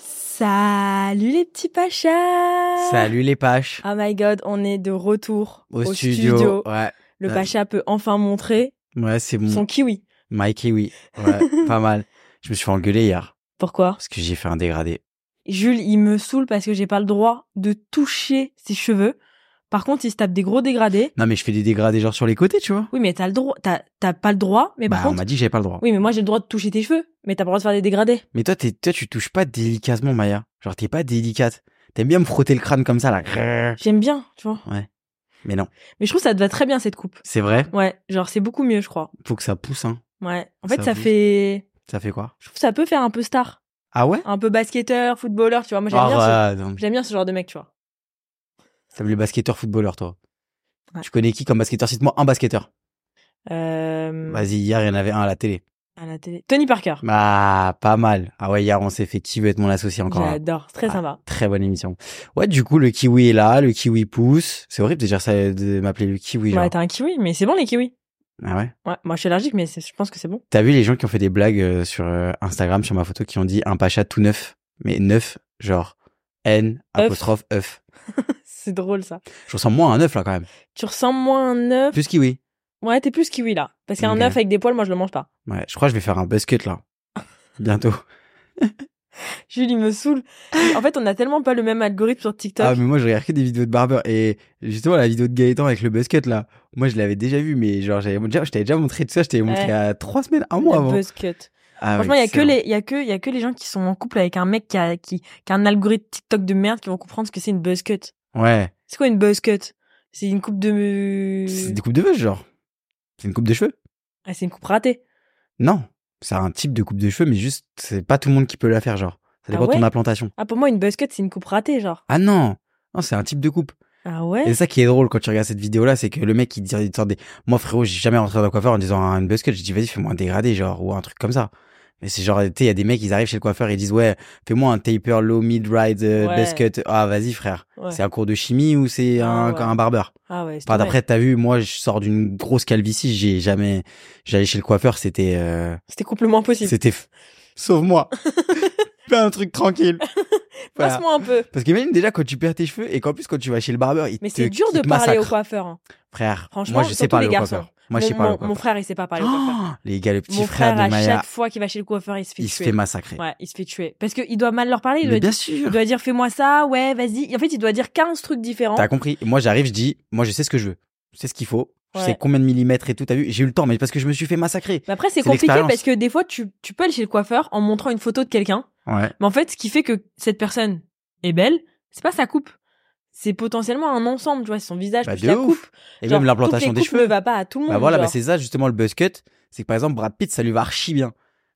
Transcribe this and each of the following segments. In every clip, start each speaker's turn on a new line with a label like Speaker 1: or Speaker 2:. Speaker 1: Salut les petits pachas
Speaker 2: Salut les paches
Speaker 1: Oh my god, on est de retour
Speaker 2: au, studio. Ouais, Mm.
Speaker 1: Le
Speaker 2: Ouais.
Speaker 1: pacha peut enfin montrer
Speaker 2: ouais c'est bon.
Speaker 1: son kiwi.
Speaker 2: Mikey, oui. Ouais, pas mal. Je me suis fait engueuler hier
Speaker 1: Pourquoi
Speaker 2: parce que j'ai fait un dégradé.
Speaker 1: Jules, il me saoule parce que j'ai pas le droit de toucher ses cheveux. Par contre, il se tape des gros dégradés.
Speaker 2: Non, mais je fais des dégradés genre sur les côtés, tu vois.
Speaker 1: Oui, mais t'as le droit, t'as, t'as pas le droit, mais
Speaker 2: bah,
Speaker 1: par
Speaker 2: on
Speaker 1: contre.
Speaker 2: m'a dit que j'avais pas le droit.
Speaker 1: Oui, mais moi j'ai le droit de toucher tes cheveux, mais t'as pas le droit de faire des dégradés.
Speaker 2: Mais toi, t'es- toi, tu touches pas délicatement, Maya. Genre, t'es pas délicate. T'aimes bien me frotter le crâne comme ça, là. Grrr.
Speaker 1: J'aime bien, tu vois.
Speaker 2: Mais non,
Speaker 1: Mais je trouve que ça te va très bien cette coupe.
Speaker 2: c'est vrai.
Speaker 1: Ouais, genre c'est beaucoup mieux, je crois.
Speaker 2: Faut que ça pousse, hein.
Speaker 1: Ouais. En fait,
Speaker 2: Ça
Speaker 1: ça
Speaker 2: bouge.
Speaker 1: fait.
Speaker 2: Ça fait quoi
Speaker 1: Je trouve que ça peut faire un peu star.
Speaker 2: Ah ouais
Speaker 1: Un peu basketteur, footballeur, tu vois. Moi j'aime bien ce-
Speaker 2: Ah, ouais, non.
Speaker 1: J'aime bien ce genre de mec, tu vois.
Speaker 2: T'aimes les basketteurs footballeurs, toi.
Speaker 1: Ouais.
Speaker 2: Tu connais qui comme basketteur Cite-moi un basketteur.
Speaker 1: Euh,
Speaker 2: Vas-y, hier, il y en avait un à la télé.
Speaker 1: à la télé. Tony Parker.
Speaker 2: Ah, pas mal. Ah ouais, hier, on s'est fait qui veut être mon associé encore. là.
Speaker 1: J'adore, c'est très
Speaker 2: Ah.
Speaker 1: sympa.
Speaker 2: Très bonne émission. Ouais, du coup, le kiwi est là, le kiwi pousse. C'est horrible de dire ça, de m'appeler le kiwi. Genre.
Speaker 1: Ouais, t'as un kiwi, mais c'est bon les kiwis.
Speaker 2: ah ouais.
Speaker 1: Ouais, moi je suis allergique, mais c'est- je pense que c'est bon.
Speaker 2: T'as vu les gens qui ont fait des blagues euh, sur euh, Instagram, sur ma photo, qui ont dit un pacha tout neuf, mais neuf, genre N apostrophe œuf.
Speaker 1: C'est drôle ça.
Speaker 2: Je ressens moins un œuf là quand même.
Speaker 1: Tu ressembles moins à un œuf.
Speaker 2: Plus kiwi.
Speaker 1: Ouais, t'es plus kiwi là. Parce qu'un
Speaker 2: Ok.
Speaker 1: œuf avec des poils, moi je le mange pas.
Speaker 2: Ouais, je crois que je vais faire un basket là. Bientôt.
Speaker 1: Jules, il me saoule. en fait, on a tellement pas le même algorithme sur TikTok.
Speaker 2: Ah mais moi je regarde que des vidéos de barbeur et justement la vidéo de Gaëtan avec le basket là. Moi je l'avais déjà vu mais genre j'avais déjà je t'avais déjà montré de ça, je t'avais montré
Speaker 1: Ouais.
Speaker 2: à trois semaines, un
Speaker 1: Le
Speaker 2: mois avant.
Speaker 1: buzz cut.
Speaker 2: Ah,
Speaker 1: Franchement, il y a que
Speaker 2: excellent.
Speaker 1: les, il y a que, il y a que les gens qui sont en couple avec un mec qui a, qui, qui a un algorithme TikTok de merde qui vont comprendre ce que c'est une buzz cut.
Speaker 2: Ouais.
Speaker 1: C'est quoi une buzz cut C'est une coupe de.
Speaker 2: C'est des coupes de cheveux, genre. C'est une coupe de cheveux
Speaker 1: Ah, c'est une coupe ratée.
Speaker 2: Non. C'est un type de coupe de cheveux, mais juste, c'est pas tout le monde qui peut la faire, genre. Ça
Speaker 1: Ah
Speaker 2: dépend de ton
Speaker 1: ouais
Speaker 2: implantation.
Speaker 1: Ah, pour moi, une buzz cut, c'est une coupe ratée, genre.
Speaker 2: Ah non Non, c'est un type de coupe.
Speaker 1: Ah
Speaker 2: Et
Speaker 1: ouais
Speaker 2: c'est ça qui est drôle quand tu regardes cette vidéo-là, c'est que le mec, il dit, il sort des... Moi, frérot, j'ai jamais rentré dans le coiffeur en disant à une buzzcut, j'ai dit, vas-y, fais-moi un dégradé, genre, ou un truc comme ça. Mais c'est genre, tu sais, il y a des mecs, ils arrivent chez le coiffeur et ils disent, ouais, fais-moi un taper low mid-ride euh,
Speaker 1: Ouais.
Speaker 2: buzzcut. Ah, vas-y, frère.
Speaker 1: Ouais.
Speaker 2: C'est un cours de chimie ou c'est
Speaker 1: Ah
Speaker 2: un,
Speaker 1: ouais.
Speaker 2: un barbeur
Speaker 1: Ah ouais, c'est
Speaker 2: Enfin,
Speaker 1: dommage.
Speaker 2: d'après, t'as vu, moi, je sors d'une grosse calvitie. J'ai jamais, j'allais chez le coiffeur, c'était, euh,
Speaker 1: C'était complètement impossible.
Speaker 2: c'était, f- sauve-moi. Fais un truc tranquille. Voilà.
Speaker 1: Passe-moi un peu.
Speaker 2: Parce que même déjà quand tu perds tes cheveux et qu'en plus quand tu vas chez le barbeur, il
Speaker 1: Mais
Speaker 2: te,
Speaker 1: c'est dur
Speaker 2: il
Speaker 1: de
Speaker 2: te
Speaker 1: parler au
Speaker 2: massacre.
Speaker 1: coiffeur. hein.
Speaker 2: Frère,
Speaker 1: Franchement,
Speaker 2: moi je sais
Speaker 1: surtout
Speaker 2: pas
Speaker 1: les
Speaker 2: le
Speaker 1: garçons.
Speaker 2: coiffeur. Moi je
Speaker 1: mon,
Speaker 2: sais pas
Speaker 1: mon-
Speaker 2: le
Speaker 1: mon
Speaker 2: coiffeur.
Speaker 1: frère, il sait pas parler au coiffeur.
Speaker 2: Oh, les gars, le petit
Speaker 1: Mon
Speaker 2: frère,
Speaker 1: frère,
Speaker 2: de
Speaker 1: à
Speaker 2: Maya,
Speaker 1: chaque fois qu'il va chez le coiffeur, il se fait
Speaker 2: il se
Speaker 1: tuer.
Speaker 2: fait massacrer.
Speaker 1: Ouais, il se fait tuer. Parce qu'il doit mal leur parler. Il doit,
Speaker 2: Mais bien
Speaker 1: dire, il
Speaker 2: sûr.
Speaker 1: doit dire fais-moi ça, ouais, vas-y. En fait, il doit dire 15 trucs différents.
Speaker 2: T'as compris Moi j'arrive, je dis, moi je sais ce que je veux, je sais ce qu'il faut, je
Speaker 1: Ouais.
Speaker 2: sais combien de millimètres et tout. T'as vu J'ai eu le temps, mais parce que je me suis fait massacrer.
Speaker 1: Mais après, c'est
Speaker 2: C'est
Speaker 1: compliqué
Speaker 2: l'expérience.
Speaker 1: parce que des fois, tu, tu peux aller chez le coiffeur en montrant une photo de quelqu'un.
Speaker 2: Ouais.
Speaker 1: Mais en fait, ce qui fait que cette personne est belle, c'est pas sa coupe. C'est potentiellement un ensemble, tu vois, c'est son visage,
Speaker 2: Bah,
Speaker 1: plus
Speaker 2: de
Speaker 1: la
Speaker 2: ouf.
Speaker 1: coupe.
Speaker 2: Et
Speaker 1: Genre,
Speaker 2: même l'implantation
Speaker 1: toutes
Speaker 2: des
Speaker 1: les coupes
Speaker 2: cheveux.
Speaker 1: ne va pas à tout le monde.
Speaker 2: Bah voilà,
Speaker 1: genre.
Speaker 2: bah c'est ça justement le buzz cut. C'est que par exemple Brad Pitt, ça lui va archi bien.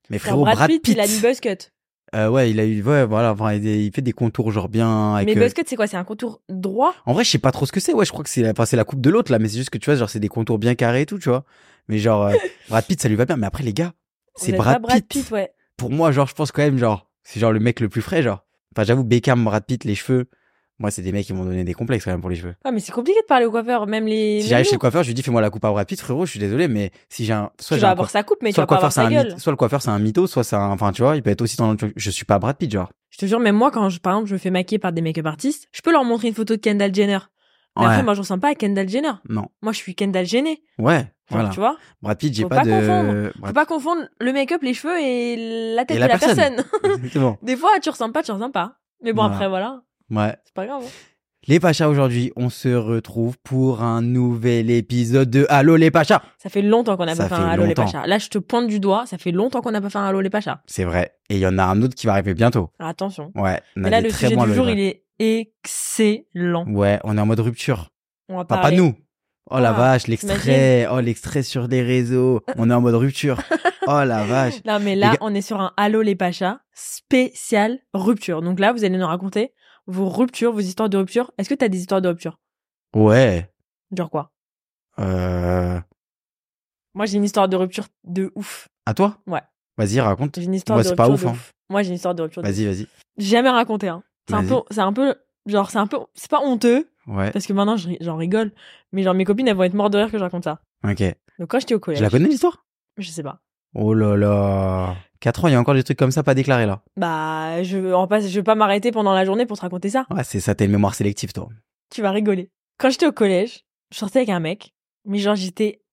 Speaker 2: Mais
Speaker 1: Genre,
Speaker 2: frérot, Brad,
Speaker 1: Pitt,
Speaker 2: Pitt,
Speaker 1: il a une buzz cut.
Speaker 2: euh, ouais, il a eu, ouais, voilà, enfin, il, il fait des contours genre bien. Avec,
Speaker 1: Mais
Speaker 2: euh,
Speaker 1: buzz cut, c'est quoi C'est un contour droit
Speaker 2: En vrai, je sais pas trop ce que c'est. Ouais, je crois que c'est, la- enfin, c'est la coupe de l'autre là, mais c'est juste que tu vois, genre c'est des contours bien carrés et tout, tu vois. Mais genre euh, Brad Pitt, ça lui va bien. Mais après les gars, c'est
Speaker 1: Vous êtes
Speaker 2: Brad,
Speaker 1: pas Brad
Speaker 2: Pitt.
Speaker 1: Pitt, ouais.
Speaker 2: Pour moi, genre, je pense quand même genre, c'est genre le mec le plus frais, genre. Enfin, j'avoue, Beckham, Brad Pitt, les cheveux. Moi, c'est des mecs qui m'ont donné des complexes quand même pour les cheveux.
Speaker 1: Ah, mais c'est compliqué de parler au coiffeur, même les.
Speaker 2: si
Speaker 1: même
Speaker 2: j'arrive chez
Speaker 1: nous.
Speaker 2: le coiffeur, je lui dis fais-moi la coupe à Brad Pitt, frérot. Je suis désolé, mais si j'ai un, soit
Speaker 1: tu
Speaker 2: j'ai
Speaker 1: vas
Speaker 2: un
Speaker 1: avoir sa coupe, mais tu vas
Speaker 2: soit le
Speaker 1: pas
Speaker 2: coiffeur
Speaker 1: avoir
Speaker 2: c'est
Speaker 1: sa
Speaker 2: un
Speaker 1: gueule.
Speaker 2: mythe- soit le coiffeur c'est un mytho soit c'est un enfin tu vois il peut être aussi dans le... je suis pas Brad Pitt genre
Speaker 1: Je te jure, même moi, quand je, par exemple, je me fais maquiller par des make-up artistes, je peux leur montrer une photo de Kendall Jenner. Mais
Speaker 2: ouais
Speaker 1: après, moi, je ressemble pas à Kendall Jenner.
Speaker 2: non
Speaker 1: Moi, je suis Kendall Jenner.
Speaker 2: ouais
Speaker 1: Genre,
Speaker 2: voilà
Speaker 1: Tu vois
Speaker 2: Brad Pitt j'ai
Speaker 1: Faut
Speaker 2: pas,
Speaker 1: pas confondre.
Speaker 2: de
Speaker 1: Faut
Speaker 2: Brad...
Speaker 1: pas confondre le make-up, les cheveux et la tête
Speaker 2: Et
Speaker 1: de
Speaker 2: la
Speaker 1: la personne.
Speaker 2: exactement
Speaker 1: Des fois, tu ressembles pas, tu ressembles pas. Mais bon,
Speaker 2: Voilà.
Speaker 1: après, voilà.
Speaker 2: ouais
Speaker 1: C'est pas grave. hein.
Speaker 2: les Pachas aujourd'hui on se retrouve pour un nouvel épisode de Allô les Pachas
Speaker 1: Ça fait longtemps qu'on n'a
Speaker 2: Ça
Speaker 1: pas fait un
Speaker 2: fait
Speaker 1: Halo les
Speaker 2: longtemps.
Speaker 1: Pachas. Là, je te pointe du doigt. Ça fait longtemps qu'on n'a pas fait un Halo les Pachas.
Speaker 2: c'est vrai et il y en a un autre qui va arriver bientôt
Speaker 1: Alors, attention.
Speaker 2: ouais on a
Speaker 1: Mais là,
Speaker 2: des
Speaker 1: le
Speaker 2: très
Speaker 1: sujet
Speaker 2: bons
Speaker 1: du
Speaker 2: Allo
Speaker 1: jour,
Speaker 2: les
Speaker 1: il est excellent.
Speaker 2: Pachas. ouais on est en mode rupture
Speaker 1: On va
Speaker 2: Enfin,
Speaker 1: pas
Speaker 2: pas
Speaker 1: aller.
Speaker 2: nous. Oh la
Speaker 1: Ah,
Speaker 2: vache, l'extrait. Oh, l'extrait sur les réseaux. On est en mode rupture. Oh la vache.
Speaker 1: Non, mais là,
Speaker 2: gars-
Speaker 1: on est sur un Allô les Pachas spécial rupture. Donc là, vous allez nous raconter vos ruptures, vos histoires de rupture. Est-ce que t'as des histoires de rupture
Speaker 2: Ouais.
Speaker 1: Genre quoi
Speaker 2: Euh...
Speaker 1: Moi, j'ai une histoire de rupture de ouf.
Speaker 2: À toi
Speaker 1: Ouais.
Speaker 2: Vas-y, raconte.
Speaker 1: J'ai une histoire
Speaker 2: Moi,
Speaker 1: de
Speaker 2: c'est
Speaker 1: rupture
Speaker 2: pas ouf,
Speaker 1: de
Speaker 2: hein.
Speaker 1: Moi, j'ai une histoire de rupture de ouf.
Speaker 2: Vas-y, vas-y.
Speaker 1: J'ai jamais raconté, hein. C'est un
Speaker 2: Vas-y.
Speaker 1: peu, c'est un peu, genre, c'est un peu, c'est pas honteux,
Speaker 2: Ouais.
Speaker 1: parce que maintenant, je ri- j'en rigole. Mais genre, mes copines, elles vont être mortes de rire que je raconte ça.
Speaker 2: Ok.
Speaker 1: Donc quand j'étais au collège.
Speaker 2: Je la connais l'histoire
Speaker 1: Je sais pas.
Speaker 2: Oh là là. 4 ans, il y a encore des trucs comme ça pas déclarés là.
Speaker 1: Bah, je veux en passe, je vais pas m'arrêter pendant la journée pour te raconter ça.
Speaker 2: Ouais, c'est ça, t'as une mémoire sélective, toi.
Speaker 1: Tu vas rigoler. Quand j'étais au collège, je sortais avec un mec, mais genre j'étais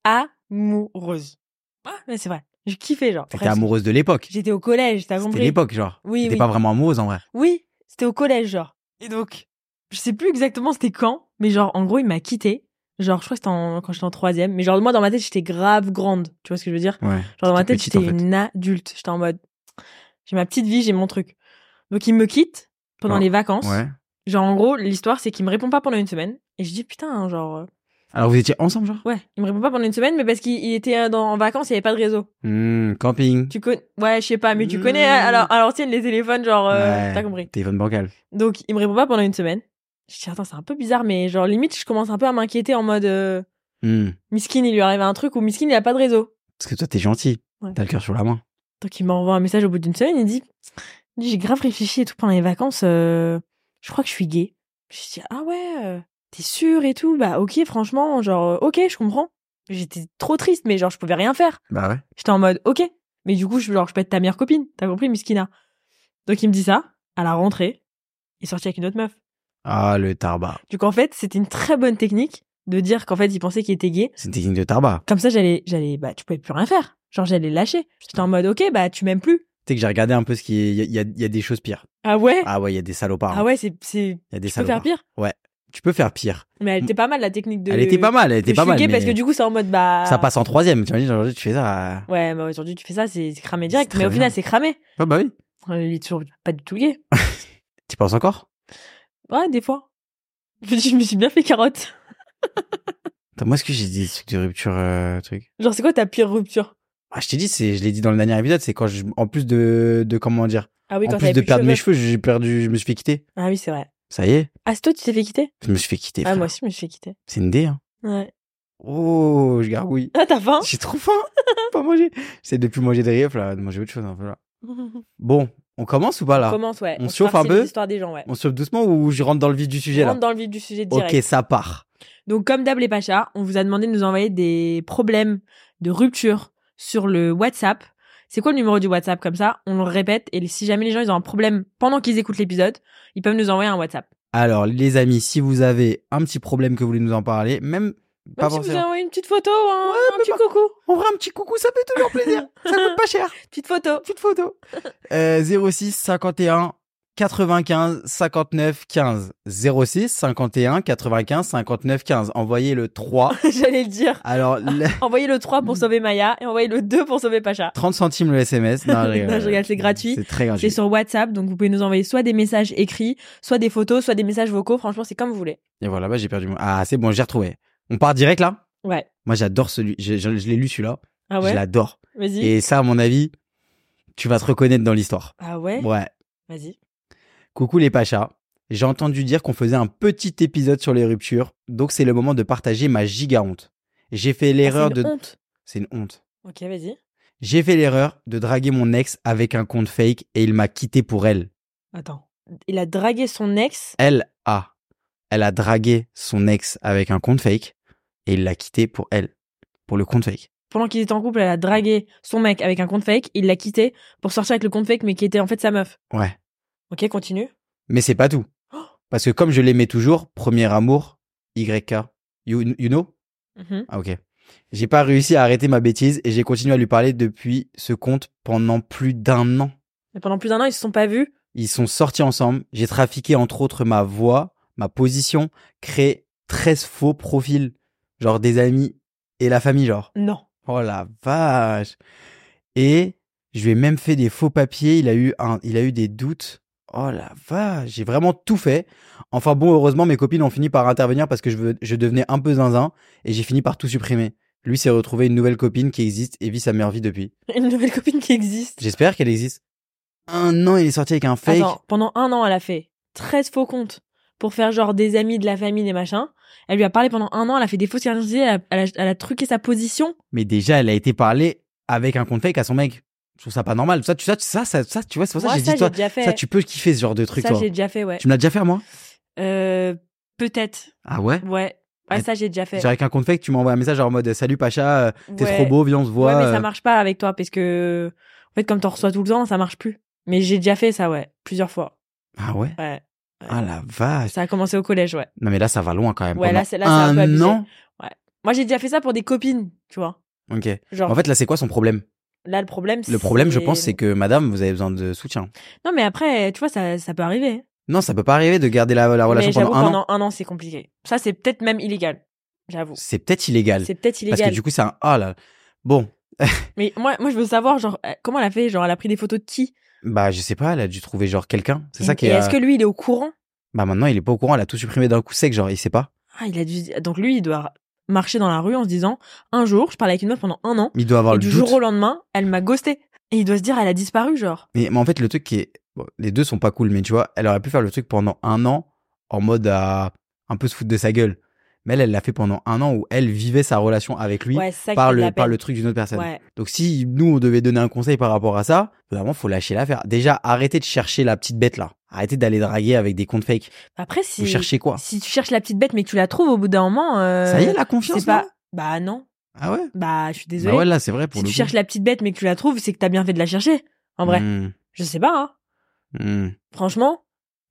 Speaker 1: amoureuse. Ah, mais c'est vrai. Je kiffais genre.
Speaker 2: T'étais
Speaker 1: Bref,
Speaker 2: amoureuse de l'époque.
Speaker 1: J'étais au collège, t'as
Speaker 2: C'était
Speaker 1: compris
Speaker 2: l'époque, genre.
Speaker 1: Oui,
Speaker 2: T'étais
Speaker 1: oui.
Speaker 2: pas vraiment amoureuse en vrai.
Speaker 1: Oui, c'était au collège genre. Et donc, je sais plus exactement c'était quand, mais genre en gros il m'a quitté. Genre je crois que c'était en- quand j'étais en troisième, mais genre moi dans ma tête j'étais grave grande. Tu vois ce que je veux dire
Speaker 2: Ouais.
Speaker 1: Genre dans ma
Speaker 2: T'étais
Speaker 1: tête,
Speaker 2: petite,
Speaker 1: j'étais
Speaker 2: en fait.
Speaker 1: une adulte. J'étais en mode, j'ai ma petite vie, j'ai mon truc. Donc il me quitte pendant
Speaker 2: Ah,
Speaker 1: les vacances.
Speaker 2: Ouais.
Speaker 1: Genre en gros, l'histoire c'est qu'il me répond pas pendant une semaine. Et je dis putain, hein, genre euh,
Speaker 2: Alors vous étiez ensemble, genre
Speaker 1: ouais, il me répond pas pendant une semaine, mais parce qu'il il était euh, dans, en vacances, il y avait pas de réseau.
Speaker 2: Hmm, Camping.
Speaker 1: Tu connais, ouais, je sais pas, mais tu
Speaker 2: Mmh.
Speaker 1: connais à- alors à l'ancienne les téléphones, genre euh,
Speaker 2: Ouais.
Speaker 1: t'as compris.
Speaker 2: Téléphone bancal.
Speaker 1: Donc il me répond pas pendant une semaine. Je dis attends, c'est un peu bizarre, mais genre limite je commence un peu à m'inquiéter en mode euh,
Speaker 2: Hmm.
Speaker 1: Miskin, il lui arrive un truc ou Miskin il a pas de réseau.
Speaker 2: Parce que toi, t'es gentil.
Speaker 1: Ouais.
Speaker 2: T'as le cœur sur la main.
Speaker 1: Donc il m'envoie un message au bout d'une semaine, il dit il dit, J'ai grave réfléchi et tout pendant les vacances, euh, je crois que je suis gay. Je dis Ah ouais, euh, t'es sûr et tout Bah ok, franchement, genre euh, ok, je comprends. J'étais trop triste, mais genre je pouvais rien faire.
Speaker 2: Bah ouais.
Speaker 1: J'étais en mode ok, mais du coup, je, genre, je peux être ta meilleure copine, t'as compris, Miskina Donc il me dit ça, à la rentrée, il est sorti avec une autre meuf.
Speaker 2: Ah, le tarba.
Speaker 1: Donc en fait, c'était une très bonne technique de dire qu'en fait, il pensait qu'il était gay
Speaker 2: C'est une technique de tarba.
Speaker 1: comme ça, j'allais, j'allais, bah, tu pouvais plus rien faire. Genre, j'allais lâcher. J'étais en mode, ok, bah, tu m'aimes plus.
Speaker 2: Tu sais que j'ai regardé un peu ce qui est. Il y a- il y, a- il y a des choses pires.
Speaker 1: Ah ouais?
Speaker 2: Ah ouais, il y a des salopards.
Speaker 1: Ah ouais, c'est, c'est,
Speaker 2: Il y a des
Speaker 1: tu peux faire
Speaker 2: salopards.
Speaker 1: pire.
Speaker 2: Tu peux faire pire.
Speaker 1: Mais elle était pas mal, la technique de.
Speaker 2: Elle était pas mal, elle
Speaker 1: de
Speaker 2: était pas mal.
Speaker 1: chuguer,
Speaker 2: mais
Speaker 1: parce que du coup, c'est en mode, bah.
Speaker 2: Ça passe en troisième. Tu imagines, aujourd'hui, tu fais ça. euh,
Speaker 1: Ouais, mais aujourd'hui, tu fais ça, c'est c'est cramé direct.
Speaker 2: C'est
Speaker 1: Mais au
Speaker 2: très
Speaker 1: final,
Speaker 2: bien.
Speaker 1: c'est cramé. Euh,
Speaker 2: Ah bah oui.
Speaker 1: Il est toujours pas du tout gay.
Speaker 2: Tu penses encore
Speaker 1: Ouais, des fois. Je me dis, je me suis bien fait carotte.
Speaker 2: Attends, moi, est-ce que j'ai dit des trucs de rupture, euh, truc
Speaker 1: Genre, c'est quoi ta pire rupture?
Speaker 2: Ah, je t'ai dit, c'est, je l'ai dit dans le dernier épisode, c'est quand je, en plus de, de comment dire,
Speaker 1: Ah oui,
Speaker 2: en
Speaker 1: quand
Speaker 2: plus
Speaker 1: t'avais
Speaker 2: de
Speaker 1: plus
Speaker 2: perdre mes cheveux, j'ai perdu, je me suis fait quitter.
Speaker 1: Ah oui, c'est vrai.
Speaker 2: Ça y est,
Speaker 1: Ah, c'est toi, tu t'es fait quitter?
Speaker 2: je me suis fait quitter.
Speaker 1: Ah,
Speaker 2: frère.
Speaker 1: moi aussi, je me suis fait quitter.
Speaker 2: C'est une dé, hein.
Speaker 1: Ouais.
Speaker 2: Oh, je gargouille.
Speaker 1: Ah, t'as faim?
Speaker 2: J'ai trop faim. pas manger. J'essaie de plus manger des rieufs, là, de manger autre chose, un peu, là. Bon, on commence ou pas, là?
Speaker 1: Commence, ouais.
Speaker 2: On
Speaker 1: se
Speaker 2: chauffe un
Speaker 1: farcit
Speaker 2: peu
Speaker 1: les histoires des gens, ouais.
Speaker 2: On se chauffe doucement ou je rentre dans le vif du sujet,
Speaker 1: On
Speaker 2: là?
Speaker 1: rentre dans le vif du sujet direct.
Speaker 2: Ok, ça part.
Speaker 1: Donc, comme d'hab les Pachas, on vous a demandé de nous envoyer des problèmes de rupture sur le WhatsApp. C'est quoi le numéro du WhatsApp Comme ça, on le répète. Et si jamais les gens ils ont un problème pendant qu'ils écoutent l'épisode, ils peuvent nous envoyer un WhatsApp.
Speaker 2: Alors, les amis, si vous avez un petit problème que vous voulez nous en parler, même, pas
Speaker 1: Même si vous
Speaker 2: forcément.
Speaker 1: avez envoyé une petite photo, un,
Speaker 2: Ouais,
Speaker 1: un
Speaker 2: mais
Speaker 1: petit
Speaker 2: pas-
Speaker 1: coucou.
Speaker 2: En vrai, un petit coucou, ça fait toujours plaisir. ça coûte pas cher.
Speaker 1: Petite photo.
Speaker 2: Petite photo. Euh, 06 51 95 59 15. 06 51 95 59 15. Envoyez le 3.
Speaker 1: J'allais le dire.
Speaker 2: Alors, le-
Speaker 1: Envoyez le 3
Speaker 2: Mm.
Speaker 1: pour sauver Maya et envoyez le 2 pour sauver Pacha.
Speaker 2: 30 centimes le SMS. Non,
Speaker 1: Non, je rigole, c'est gratuit.
Speaker 2: C'est très
Speaker 1: C'est
Speaker 2: gratuit.
Speaker 1: sur WhatsApp, donc vous pouvez nous envoyer soit des messages écrits, soit des photos, soit des messages vocaux. Franchement, c'est comme vous voulez.
Speaker 2: Et voilà, bah, j'ai perdu mon. Ah, c'est bon, j'ai retrouvé. On part direct là
Speaker 1: Ouais.
Speaker 2: Moi, j'adore celui. Je, je- je l'ai lu celui-là.
Speaker 1: Ah
Speaker 2: Je
Speaker 1: ouais
Speaker 2: l'adore.
Speaker 1: Vas-y.
Speaker 2: Et ça, à mon avis, tu vas te reconnaître dans l'histoire.
Speaker 1: Ah ouais
Speaker 2: Ouais.
Speaker 1: Vas-y.
Speaker 2: Coucou les Pachas. J'ai entendu dire qu'on faisait un petit épisode sur les ruptures, donc c'est le moment de partager ma giga honte. J'ai fait l'erreur
Speaker 1: Ah, c'est
Speaker 2: de.
Speaker 1: une honte.
Speaker 2: C'est une honte.
Speaker 1: Ok, vas-y.
Speaker 2: J'ai fait l'erreur de draguer mon ex avec un compte fake et il m'a quitté pour elle.
Speaker 1: Attends. Il a dragué son ex.
Speaker 2: Elle a. Elle a dragué son ex avec un compte fake et il l'a quitté pour elle. Pour le compte fake.
Speaker 1: Pendant qu'il était en couple, elle a dragué son mec avec un compte fake. Il l'a quitté pour sortir avec le compte fake, mais qui était en fait sa meuf.
Speaker 2: Ouais.
Speaker 1: Ok, continue.
Speaker 2: Mais c'est pas tout.
Speaker 1: Oh
Speaker 2: Parce que comme je l'aimais toujours, premier amour, YK. You- you know?
Speaker 1: Mhm.
Speaker 2: Ah, ok. J'ai pas réussi à arrêter ma bêtise et j'ai continué à lui parler depuis ce compte pendant plus d'un an.
Speaker 1: Mais pendant plus d'un an, ils se sont pas vus.
Speaker 2: Ils sont sortis ensemble. J'ai trafiqué entre autres ma voix, ma position, créé 13 faux profils, genre des amis et la famille, genre.
Speaker 1: Non.
Speaker 2: Oh la vache. Et je lui ai même fait des faux papiers. Il a eu un, il a eu des doutes. Oh la vache, j'ai vraiment tout fait. Enfin bon, heureusement, mes copines ont fini par intervenir parce que je, veux- je devenais un peu zinzin et j'ai fini par tout supprimer. Lui s'est retrouvé une nouvelle copine qui existe et vit sa meilleure vie depuis.
Speaker 1: Une nouvelle copine qui existe.
Speaker 2: J'espère qu'elle existe. Un an, il est sorti avec un fake.
Speaker 1: Attends, pendant un an, elle a fait 13 faux comptes pour faire genre des amis de la famille, des machins. Elle lui a parlé pendant un an, elle a fait des fausses identités, elle a, elle a- elle a truqué sa position.
Speaker 2: Mais déjà, elle a été parlée avec un compte fake à son mec. Je trouve ça pas normal. Ça, tu, ça, ça, ça, ça, tu vois, c'est pour ça
Speaker 1: Moi,
Speaker 2: que j'ai
Speaker 1: ça,
Speaker 2: dit, toi,
Speaker 1: j'ai déjà fait.
Speaker 2: ça, tu peux kiffer ce genre de truc,
Speaker 1: Ça,
Speaker 2: toi.
Speaker 1: j'ai déjà fait, ouais.
Speaker 2: Tu me l'as déjà fait à moi
Speaker 1: Euh, peut-être,
Speaker 2: Ah ouais
Speaker 1: ouais. Ouais,
Speaker 2: Mais-
Speaker 1: ça, j'ai déjà fait.
Speaker 2: Genre avec un compte fake, tu m'envoies un message genre en mode Salut Pacha, euh, t'es
Speaker 1: Ouais.
Speaker 2: trop beau, viens on se voit.
Speaker 1: Ouais, mais ça
Speaker 2: euh.
Speaker 1: marche pas avec toi parce que, en fait, comme t'en reçois tout le temps, ça marche plus. Mais j'ai déjà fait ça, ouais, plusieurs fois.
Speaker 2: Ah ouais
Speaker 1: Ouais.
Speaker 2: Ah la vache.
Speaker 1: Ça a commencé au collège, ouais.
Speaker 2: Non mais là ça va loin quand même.
Speaker 1: Ouais,
Speaker 2: Pendant
Speaker 1: là, c'est- là, c'est un peu abusé.
Speaker 2: an
Speaker 1: Moi, j'ai déjà fait ça pour des copines, tu vois.
Speaker 2: Ok.
Speaker 1: Genre,
Speaker 2: En fait là c'est quoi son problème
Speaker 1: là, le problème, c'est.
Speaker 2: Le problème je pense c'est que madame vous avez besoin de soutien.
Speaker 1: Non, mais après, tu vois, ça, ça peut arriver.
Speaker 2: Non ça peut pas arriver de garder la, la
Speaker 1: Mais
Speaker 2: relation
Speaker 1: j'avoue,
Speaker 2: Ah, pendant un an.
Speaker 1: pendant un an, c'est compliqué. Ça, c'est peut-être même illégal. J'avoue.
Speaker 2: C'est peut-être illégal.
Speaker 1: C'est peut-être
Speaker 2: Parce que
Speaker 1: illégal.
Speaker 2: du coup c'est un... Ah là. Bon.
Speaker 1: Mais moi, moi, je veux savoir, genre, euh, comment elle a fait Genre, elle a pris des photos de qui
Speaker 2: Bah je sais pas, elle a dû trouver genre quelqu'un. C'est ça qui
Speaker 1: Mm, Et
Speaker 2: est...
Speaker 1: est-ce
Speaker 2: euh,
Speaker 1: que lui, il est au courant
Speaker 2: Bah maintenant il est pas au courant, elle a tout supprimé d'un coup sec genre il sait pas.
Speaker 1: Ah, il a dû. Donc, lui, il doit marcher dans la rue en se disant Un jour, je parlais avec une meuf pendant un an,
Speaker 2: Il doit avoir
Speaker 1: et
Speaker 2: le
Speaker 1: du
Speaker 2: doute.
Speaker 1: jour au lendemain, elle m'a ghosté. Et il doit se dire Elle a disparu, genre.
Speaker 2: Mais, mais en fait, le truc qui est. bon, les deux sont pas cool, mais tu vois, elle aurait pu faire le truc pendant un an en mode à un peu se foutre de sa gueule. Mais elle, elle l'a fait pendant un an où elle vivait sa relation avec lui
Speaker 1: ouais, c'est ça qui
Speaker 2: par,
Speaker 1: fait de
Speaker 2: le,
Speaker 1: la
Speaker 2: par
Speaker 1: peine.
Speaker 2: le truc d'une autre personne.
Speaker 1: Ouais.
Speaker 2: Donc si nous, on devait donner un conseil par rapport à ça, vraiment, faut lâcher l'affaire. Déjà, arrêtez de chercher la petite bête là. Arrêtez d'aller draguer avec des comptes fake.
Speaker 1: Après, si.
Speaker 2: Vous cherchez quoi
Speaker 1: Si tu cherches la petite bête, mais que tu la trouves au bout d'un moment. euh,
Speaker 2: Ça y est, la confiance
Speaker 1: c'est pas.
Speaker 2: non
Speaker 1: Bah non.
Speaker 2: Ah ouais
Speaker 1: Bah, je suis désolée.
Speaker 2: Bah ouais, là, c'est vrai pour
Speaker 1: si
Speaker 2: le
Speaker 1: tu
Speaker 2: coup.
Speaker 1: cherches la petite bête, mais que tu la trouves, c'est que t'as bien fait de la chercher. En vrai,
Speaker 2: Hmm,
Speaker 1: je sais pas. hein.
Speaker 2: hmm.
Speaker 1: Franchement,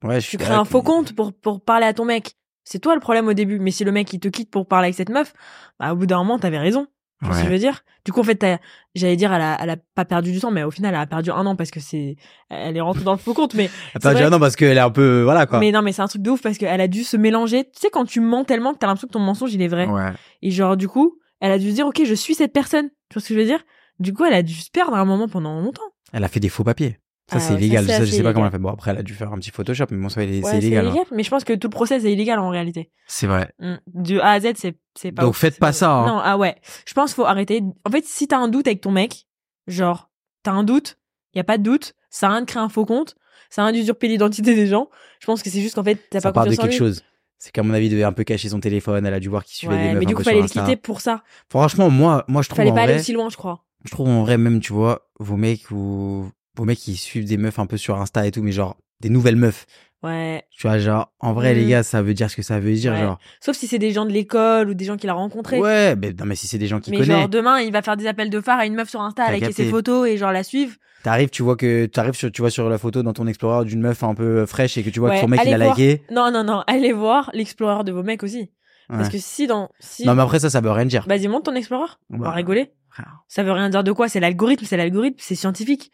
Speaker 2: Ouais, je suis
Speaker 1: tu crées un faux compte pour pour parler à ton mec. C'est toi le problème au début. Mais si le mec il te quitte pour parler avec cette meuf, bah au bout d'un moment t'avais raison. Tu vois ce que je
Speaker 2: Ouais.
Speaker 1: veux dire Du coup, en fait, t'as- j'allais dire, elle a, elle a pas perdu du temps, mais au final, elle a perdu un an parce que c'est, elle est rentrée dans le faux compte. Mais
Speaker 2: Attends,
Speaker 1: vrai
Speaker 2: déjà,
Speaker 1: que-
Speaker 2: non, parce qu'elle est un peu. Voilà quoi.
Speaker 1: mais non, mais c'est un truc de ouf parce qu'elle a dû se mélanger. Tu sais, quand tu mens tellement que t'as l'impression que ton mensonge il est vrai.
Speaker 2: Ouais.
Speaker 1: Et genre, du coup, elle a dû se dire, ok, je suis cette personne. Tu vois ce que je veux dire Du coup, elle a dû se perdre à un moment pendant longtemps.
Speaker 2: Elle a fait des faux papiers. Ça,
Speaker 1: Ah
Speaker 2: c'est
Speaker 1: ouais, ça,
Speaker 2: illégal.
Speaker 1: c'est
Speaker 2: Ça, je
Speaker 1: assez
Speaker 2: sais pas comment
Speaker 1: illégal.
Speaker 2: elle a fait. Bon, après, elle a dû faire un petit Photoshop, mais bon, ça, il est-
Speaker 1: Ouais,
Speaker 2: c'est illégal. hein.
Speaker 1: Mais je pense que tout le process est illégal en réalité.
Speaker 2: C'est vrai.
Speaker 1: Mm. De A à Z, c'est c'est pas.
Speaker 2: Donc,
Speaker 1: ouf.
Speaker 2: faites
Speaker 1: C'est
Speaker 2: pas ça, hein.
Speaker 1: Non, ah ouais. Je pense qu'il faut arrêter. En fait, si t'as un doute avec ton mec, genre, t'as un doute, y a pas de doute, ça a rien de créer un faux compte, ça a rien d'usurper l'identité des gens. Je pense que c'est juste qu'en fait, t'as
Speaker 2: Ça
Speaker 1: pas
Speaker 2: part de
Speaker 1: confiance en
Speaker 2: quelque
Speaker 1: lui.
Speaker 2: chose. C'est qu'à mon avis, il devait un peu cacher son téléphone. Elle a dû voir qu'il suivait
Speaker 1: Ouais,
Speaker 2: des meufs
Speaker 1: mais
Speaker 2: un
Speaker 1: du coup,
Speaker 2: peu
Speaker 1: fallait
Speaker 2: sur
Speaker 1: le
Speaker 2: Insta.
Speaker 1: quitter pour ça.
Speaker 2: Franchement, moi, moi, je trouve
Speaker 1: Fallait
Speaker 2: en
Speaker 1: pas aller
Speaker 2: vrai,
Speaker 1: aussi loin, je crois.
Speaker 2: je trouve en vrai même, tu vois, vos mecs ou vos mecs qui suivent des meufs un peu sur Insta et tout, mais genre des nouvelles meufs.
Speaker 1: Ouais.
Speaker 2: Tu vois, genre, en vrai,
Speaker 1: Mhm.
Speaker 2: les gars, ça veut dire ce que ça veut dire,
Speaker 1: Ouais.
Speaker 2: genre.
Speaker 1: Sauf si c'est des gens de l'école ou des gens qu'il a rencontrés.
Speaker 2: Ouais, mais non, mais si c'est des gens qui
Speaker 1: mais
Speaker 2: connaissent,
Speaker 1: genre demain, il va faire des appels de phare à une meuf sur Insta,
Speaker 2: T'as
Speaker 1: avec
Speaker 2: capté.
Speaker 1: ses photos et genre la suivre.
Speaker 2: t'arrives, tu vois que t'arrives sur, tu vois sur la photo dans ton explorer d'une meuf un peu fraîche et que tu vois
Speaker 1: Ouais,
Speaker 2: que son mec
Speaker 1: allez
Speaker 2: il a
Speaker 1: voir.
Speaker 2: liké.
Speaker 1: Non, non, non, allez voir l'explorer de vos mecs aussi. Parce
Speaker 2: Ouais.
Speaker 1: que si dans. Si... Bah,
Speaker 2: Non, mais après ça, ça veut rien dire.
Speaker 1: Vas-y, monte ton explorer. On va
Speaker 2: Bah,
Speaker 1: rigoler.
Speaker 2: frère.
Speaker 1: Ça veut rien dire de quoi. C'est l'algorithme, c'est l'algorithme, c'est scientifique.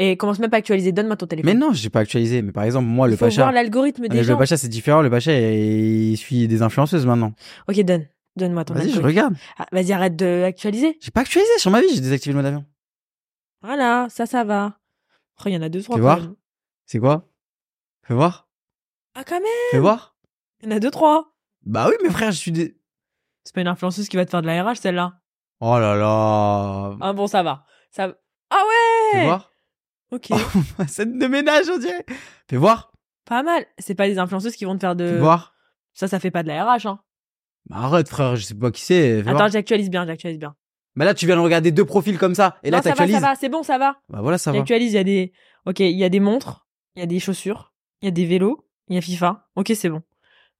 Speaker 1: Et commence même pas à actualiser. Donne-moi ton téléphone.
Speaker 2: Mais non, j'ai pas actualisé. Mais par exemple, moi,
Speaker 1: Il
Speaker 2: le
Speaker 1: faut
Speaker 2: Pacha.
Speaker 1: voir l'algorithme des
Speaker 2: Le,
Speaker 1: gens.
Speaker 2: Pacha, c'est différent. Le Pacha, il suit des influenceuses maintenant.
Speaker 1: Ok, donne. Donne-moi ton
Speaker 2: Vas-y, je
Speaker 1: algorithme.
Speaker 2: regarde.
Speaker 1: Ah, Vas-y, arrête d'actualiser.
Speaker 2: J'ai pas actualisé sur ma vie. J'ai désactivé le mode avion.
Speaker 1: Voilà, ça, ça va. Oh, Il y en a deux, trois.
Speaker 2: Fais
Speaker 1: quand
Speaker 2: voir.
Speaker 1: même.
Speaker 2: C'est quoi Fais voir.
Speaker 1: Ah, quand même.
Speaker 2: Fais voir.
Speaker 1: Il y en a deux, trois.
Speaker 2: Bah oui, mais frère, je suis des.
Speaker 1: C'est pas une influenceuse qui va te faire de la RH, celle-là.
Speaker 2: Oh là là.
Speaker 1: Ah bon, ça va. Ça... Ah ouais
Speaker 2: Fais voir.
Speaker 1: Ok,
Speaker 2: Scène de ménage, on dirait. Fais voir.
Speaker 1: pas mal. C'est pas des influenceuses qui vont te faire
Speaker 2: Fais
Speaker 1: de...
Speaker 2: voir.
Speaker 1: Ça, ça fait pas de la RH. Hein.
Speaker 2: Bah arrête, frère. Je sais pas qui c'est. Fais
Speaker 1: Attends,
Speaker 2: voir.
Speaker 1: j'actualise bien, j'actualise bien.
Speaker 2: Mais là, tu viens de regarder deux profils comme ça. Et là,
Speaker 1: non, ça va, ça
Speaker 2: t'actualises.
Speaker 1: va, c'est bon, ça va.
Speaker 2: Bah voilà, ça va.
Speaker 1: J'actualise, il y a des... Ok, il y a des montres, il y a des chaussures, il y a des vélos, il y a FIFA. Ok, c'est bon.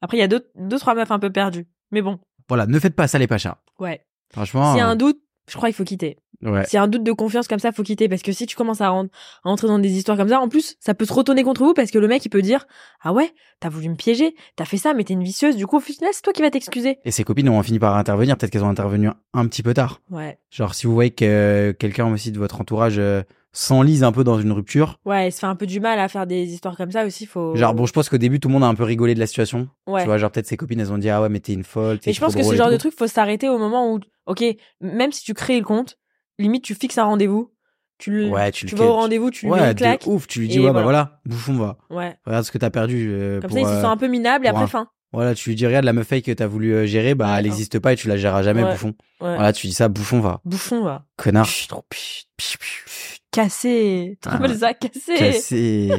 Speaker 1: Après, il y a deux, deux, trois meufs un peu perdues. Mais bon,
Speaker 2: Voilà, ne faites pas ça, les Pachas.
Speaker 1: ouais.
Speaker 2: Franchement.
Speaker 1: S'il y a un
Speaker 2: euh,
Speaker 1: doute, je crois qu'il faut quitter.
Speaker 2: Ouais.
Speaker 1: S'il y a un doute de confiance comme ça, faut quitter parce que si tu commences à, rentrer à entrer dans des histoires comme ça, en plus, ça peut se retourner contre vous parce que le mec il peut dire ah ouais, t'as voulu me piéger, t'as fait ça, mais t'es une vicieuse. Du coup, au final, c'est toi qui vas t'excuser.
Speaker 2: Et ses copines ont fini par intervenir. Peut-être qu'elles ont intervenu un petit peu tard.
Speaker 1: Ouais,
Speaker 2: Genre, si vous voyez que euh, quelqu'un aussi de votre entourage euh, s'enlise un peu dans une rupture,
Speaker 1: ouais, elle se fait un peu du mal à faire des histoires comme ça aussi. Faut
Speaker 2: genre, bon, je pense qu'au début, tout le monde a un peu rigolé de la situation.
Speaker 1: Oh. ouais.
Speaker 2: Tu vois, genre, peut-être ses copines, elles ont dit, ah ouais, mais t'es une folle. t'es
Speaker 1: Mais je pense
Speaker 2: trop
Speaker 1: que ce
Speaker 2: drôle et
Speaker 1: genre de
Speaker 2: tout.
Speaker 1: truc, faut s'arrêter au moment où, ok, même si tu crées le compte, limite tu fixes un rendez-vous Tu, le-
Speaker 2: Ouais, tu le
Speaker 1: vas au
Speaker 2: quittes.
Speaker 1: rendez-vous, tu lui mets
Speaker 2: ouais,
Speaker 1: une claque.
Speaker 2: de ouf. Tu lui dis,
Speaker 1: Et
Speaker 2: ouais, bah
Speaker 1: voilà.
Speaker 2: voilà, bouffon, va.
Speaker 1: Ouais.
Speaker 2: Regarde ce que t'as perdu. euh,
Speaker 1: Comme
Speaker 2: pour,
Speaker 1: ça, il se
Speaker 2: euh,
Speaker 1: sent un peu minable et
Speaker 2: pour
Speaker 1: après,
Speaker 2: un-
Speaker 1: fin.
Speaker 2: Voilà, tu lui dis, regarde, la meuf fake que t'as voulu euh, gérer, bah,
Speaker 1: Ouais,
Speaker 2: elle
Speaker 1: non.
Speaker 2: n'existe pas et tu la géreras jamais,
Speaker 1: Ouais,
Speaker 2: bouffon.
Speaker 1: ouais.
Speaker 2: Voilà, tu dis ça, bouffon, va.
Speaker 1: Bouffon, va.
Speaker 2: Connard.
Speaker 1: Chut, trop- pchut, pchut, pchut. Cassé. Tu te
Speaker 2: Ah,
Speaker 1: rappelles ça Cassé.
Speaker 2: Cassé.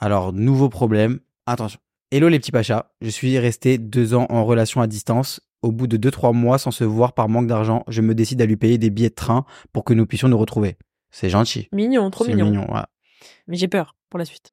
Speaker 2: Alors, nouveau problème. Attention. Hello les petits pachas. Je suis resté deux ans en relation à distance. Au bout de deux, trois mois sans se voir par manque d'argent, je me décide à lui payer des billets de train pour que nous puissions nous retrouver. C'est gentil.
Speaker 1: Mignon, trop
Speaker 2: C'est
Speaker 1: mignon.
Speaker 2: ouais.
Speaker 1: Mais j'ai peur pour la suite.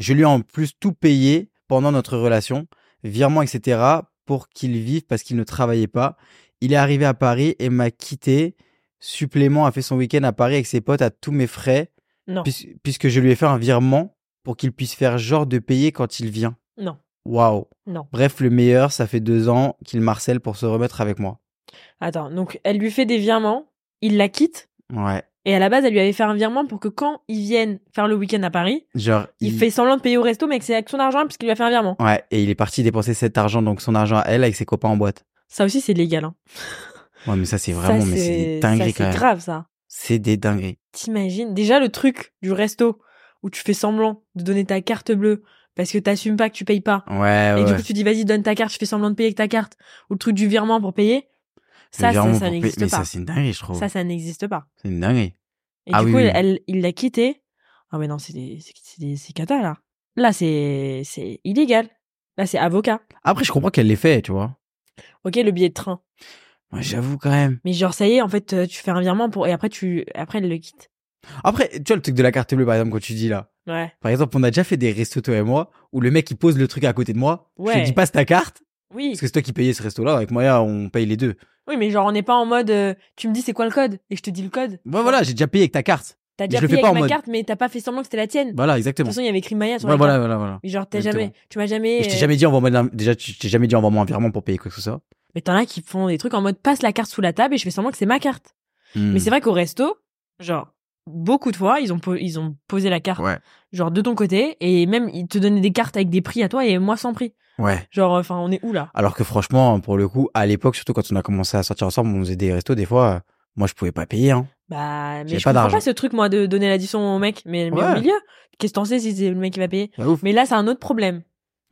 Speaker 2: Je lui ai en plus tout payé pendant notre relation, virement, etc., pour qu'il vive parce qu'il ne travaillait pas. Il est arrivé à Paris et m'a quitté. Supplément a fait son week-end à Paris avec ses potes à tous mes frais.
Speaker 1: Non.
Speaker 2: Puis- puisque je lui ai fait un virement pour qu'il puisse faire genre de payer quand il vient.
Speaker 1: Non.
Speaker 2: Waouh.
Speaker 1: Non.
Speaker 2: Bref, le meilleur, ça fait deux ans qu'il marcelle pour se remettre avec moi.
Speaker 1: Attends, donc elle lui fait des virements, il la quitte,
Speaker 2: Ouais.
Speaker 1: et à la base, elle lui avait fait un virement pour que quand ils viennent faire le week-end à Paris,
Speaker 2: Genre,
Speaker 1: il, fait semblant de payer au resto, mais que c'est avec son argent, puisqu'il lui a fait un virement.
Speaker 2: Ouais, et il est parti dépenser cet argent, donc son argent à elle, avec ses copains en boîte.
Speaker 1: Ça aussi, c'est légal. Hein.
Speaker 2: Ouais, mais ça, c'est vraiment,
Speaker 1: ça,
Speaker 2: mais c'est des
Speaker 1: ça,
Speaker 2: dingueries quand
Speaker 1: C'est
Speaker 2: même.
Speaker 1: grave, ça.
Speaker 2: C'est des dingueries.
Speaker 1: T'imagines Déjà, le truc du resto où tu fais semblant de donner ta carte bleue parce que t'assumes pas que tu payes pas.
Speaker 2: Ouais,
Speaker 1: Et
Speaker 2: Ah ouais.
Speaker 1: du coup, tu dis, vas-y, donne ta carte, je fais semblant de payer avec ta carte. Ou le truc du virement pour payer. Ça,
Speaker 2: Le virement
Speaker 1: ça,
Speaker 2: pour
Speaker 1: ça
Speaker 2: payer-
Speaker 1: n'existe
Speaker 2: Mais
Speaker 1: pas.
Speaker 2: ça, c'est une dinguerie, je trouve.
Speaker 1: Ça, ça n'existe pas.
Speaker 2: C'est une dinguerie.
Speaker 1: Et
Speaker 2: Ah
Speaker 1: du
Speaker 2: oui,
Speaker 1: coup,
Speaker 2: oui,
Speaker 1: elle, elle- il l'a quitté. Ah mais non, c'est des, c'est- c'est des- c'est cata là. Là, c'est, c'est illégal. Là, c'est avocat.
Speaker 2: Après, je comprends qu'elle l'ait fait, tu vois.
Speaker 1: Ok, le billet de train.
Speaker 2: Ouais, j'avoue quand même.
Speaker 1: Mais genre, ça y est, en fait, euh, tu fais un virement pour et après tu, après elle le quitte.
Speaker 2: Après, tu vois, le truc de la carte bleue, par exemple, quand tu dis là.
Speaker 1: Ouais.
Speaker 2: Par exemple, on a déjà fait des restos, toi et moi, où le mec, il pose le truc à côté de moi. Je
Speaker 1: Ouais.
Speaker 2: lui dis, passe ta carte.
Speaker 1: Oui.
Speaker 2: Parce que c'est toi qui payais ce resto-là, avec Maya, on paye les deux.
Speaker 1: Oui, mais genre, on n'est pas en mode, euh, tu me dis c'est quoi le code et je te dis le code.
Speaker 2: Bah voilà, j'ai déjà payé avec ta carte.
Speaker 1: T'as
Speaker 2: mais
Speaker 1: déjà
Speaker 2: je le
Speaker 1: payé
Speaker 2: fais pas
Speaker 1: avec ma
Speaker 2: en mode-
Speaker 1: carte, mais t'as pas fait semblant que c'était la tienne.
Speaker 2: Voilà,
Speaker 1: De toute
Speaker 2: exactement.
Speaker 1: façon, il y avait écrit Maya sur
Speaker 2: Ouais,
Speaker 1: la
Speaker 2: voilà,
Speaker 1: carte.
Speaker 2: voilà, voilà.
Speaker 1: Mais genre, t'as
Speaker 2: Exactement.
Speaker 1: jamais, tu m'as jamais.
Speaker 2: Et je t'ai
Speaker 1: euh,
Speaker 2: jamais dit envoie-moi de l'in- déjà tu t'es jamais dit envoie-moi un virement pour payer quoi que ce soit.
Speaker 1: Mais t'en as qui font des trucs en mode passe la carte sous la table et je fais semblant que c'est ma carte.
Speaker 2: Hmm.
Speaker 1: Mais c'est vrai qu'au resto, genre, beaucoup de fois, ils ont, po- ils ont posé la carte,
Speaker 2: Ouais.
Speaker 1: genre, de ton côté, et même, ils te donnaient des cartes avec des prix à toi et moi sans prix.
Speaker 2: Ouais.
Speaker 1: Genre, enfin, on est où là
Speaker 2: Alors que franchement pour le coup à l'époque surtout quand on a commencé à sortir ensemble on faisait des restos des fois euh, moi je pouvais pas payer hein.
Speaker 1: Bah, mais
Speaker 2: J'ai
Speaker 1: je
Speaker 2: pas
Speaker 1: comprends
Speaker 2: d'argent.
Speaker 1: pas ce truc, moi, de donner l'addition au mec, mais, mais au
Speaker 2: Ouais.
Speaker 1: milieu. Qu'est-ce que t'en sais si c'est le mec qui va payer
Speaker 2: Bah, ouf.
Speaker 1: Mais là, c'est un autre problème.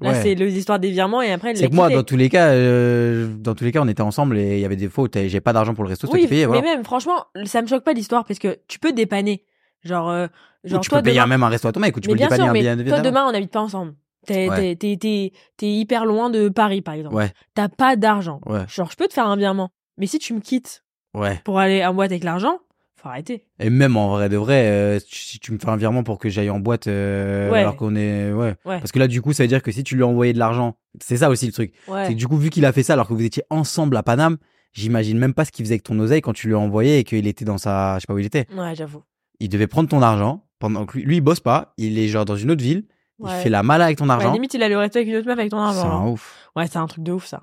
Speaker 1: Là,
Speaker 2: Ouais.
Speaker 1: c'est le- l'histoire des virements et après, elle
Speaker 2: C'est
Speaker 1: l'a
Speaker 2: que moi
Speaker 1: quitté.
Speaker 2: dans tous les cas euh, dans tous les cas on était ensemble et il y avait des fois où t'avais- j'ai pas d'argent pour le resto c'est toi
Speaker 1: Oui,
Speaker 2: qui payais voilà.
Speaker 1: mais même, franchement, ça me choque pas l'histoire parce que tu peux dépanner. Genre, euh,
Speaker 2: Ou
Speaker 1: genre
Speaker 2: tu
Speaker 1: toi,
Speaker 2: peux payer
Speaker 1: demain-
Speaker 2: même un resto à ton mec ou tu
Speaker 1: mais
Speaker 2: peux lui
Speaker 1: bien
Speaker 2: dépanner
Speaker 1: sûr,
Speaker 2: un
Speaker 1: mais
Speaker 2: billet
Speaker 1: toi
Speaker 2: évidemment.
Speaker 1: demain on n'habite pas ensemble. T'es
Speaker 2: Ouais.
Speaker 1: t'es- t'es- t'es- t'es hyper loin de Paris par exemple.
Speaker 2: Ouais.
Speaker 1: T'as pas d'argent.
Speaker 2: Ouais.
Speaker 1: Genre je peux te faire un virement, mais si tu me quittes
Speaker 2: Ouais.
Speaker 1: pour aller en boîte avec l'argent, faut arrêter.
Speaker 2: Et même en vrai de vrai euh, tu- si tu me fais un virement pour que j'aille en boîte euh,
Speaker 1: Ouais.
Speaker 2: alors qu'on est ouais.
Speaker 1: Ouais.
Speaker 2: Parce que là du coup ça veut dire que si tu lui as envoyé de l'argent, c'est ça aussi le truc. C'est
Speaker 1: Ouais.
Speaker 2: que du coup, vu qu'il a fait ça alors que vous étiez ensemble à Paname, j'imagine même pas ce qu'il faisait avec ton oseille quand tu lui as envoyé et qu'il était dans sa. Je sais pas où il était.
Speaker 1: Ouais, j'avoue.
Speaker 2: Il devait prendre ton argent pendant que lui, lui, il bosse pas. Il est genre dans une autre ville.
Speaker 1: Ouais.
Speaker 2: Il fait la mala avec ton
Speaker 1: Ouais,
Speaker 2: argent.
Speaker 1: limite il allait au resto avec une autre meuf avec ton
Speaker 2: c'est un
Speaker 1: argent.
Speaker 2: ouf.
Speaker 1: Ouais, c'est un truc de ouf ça.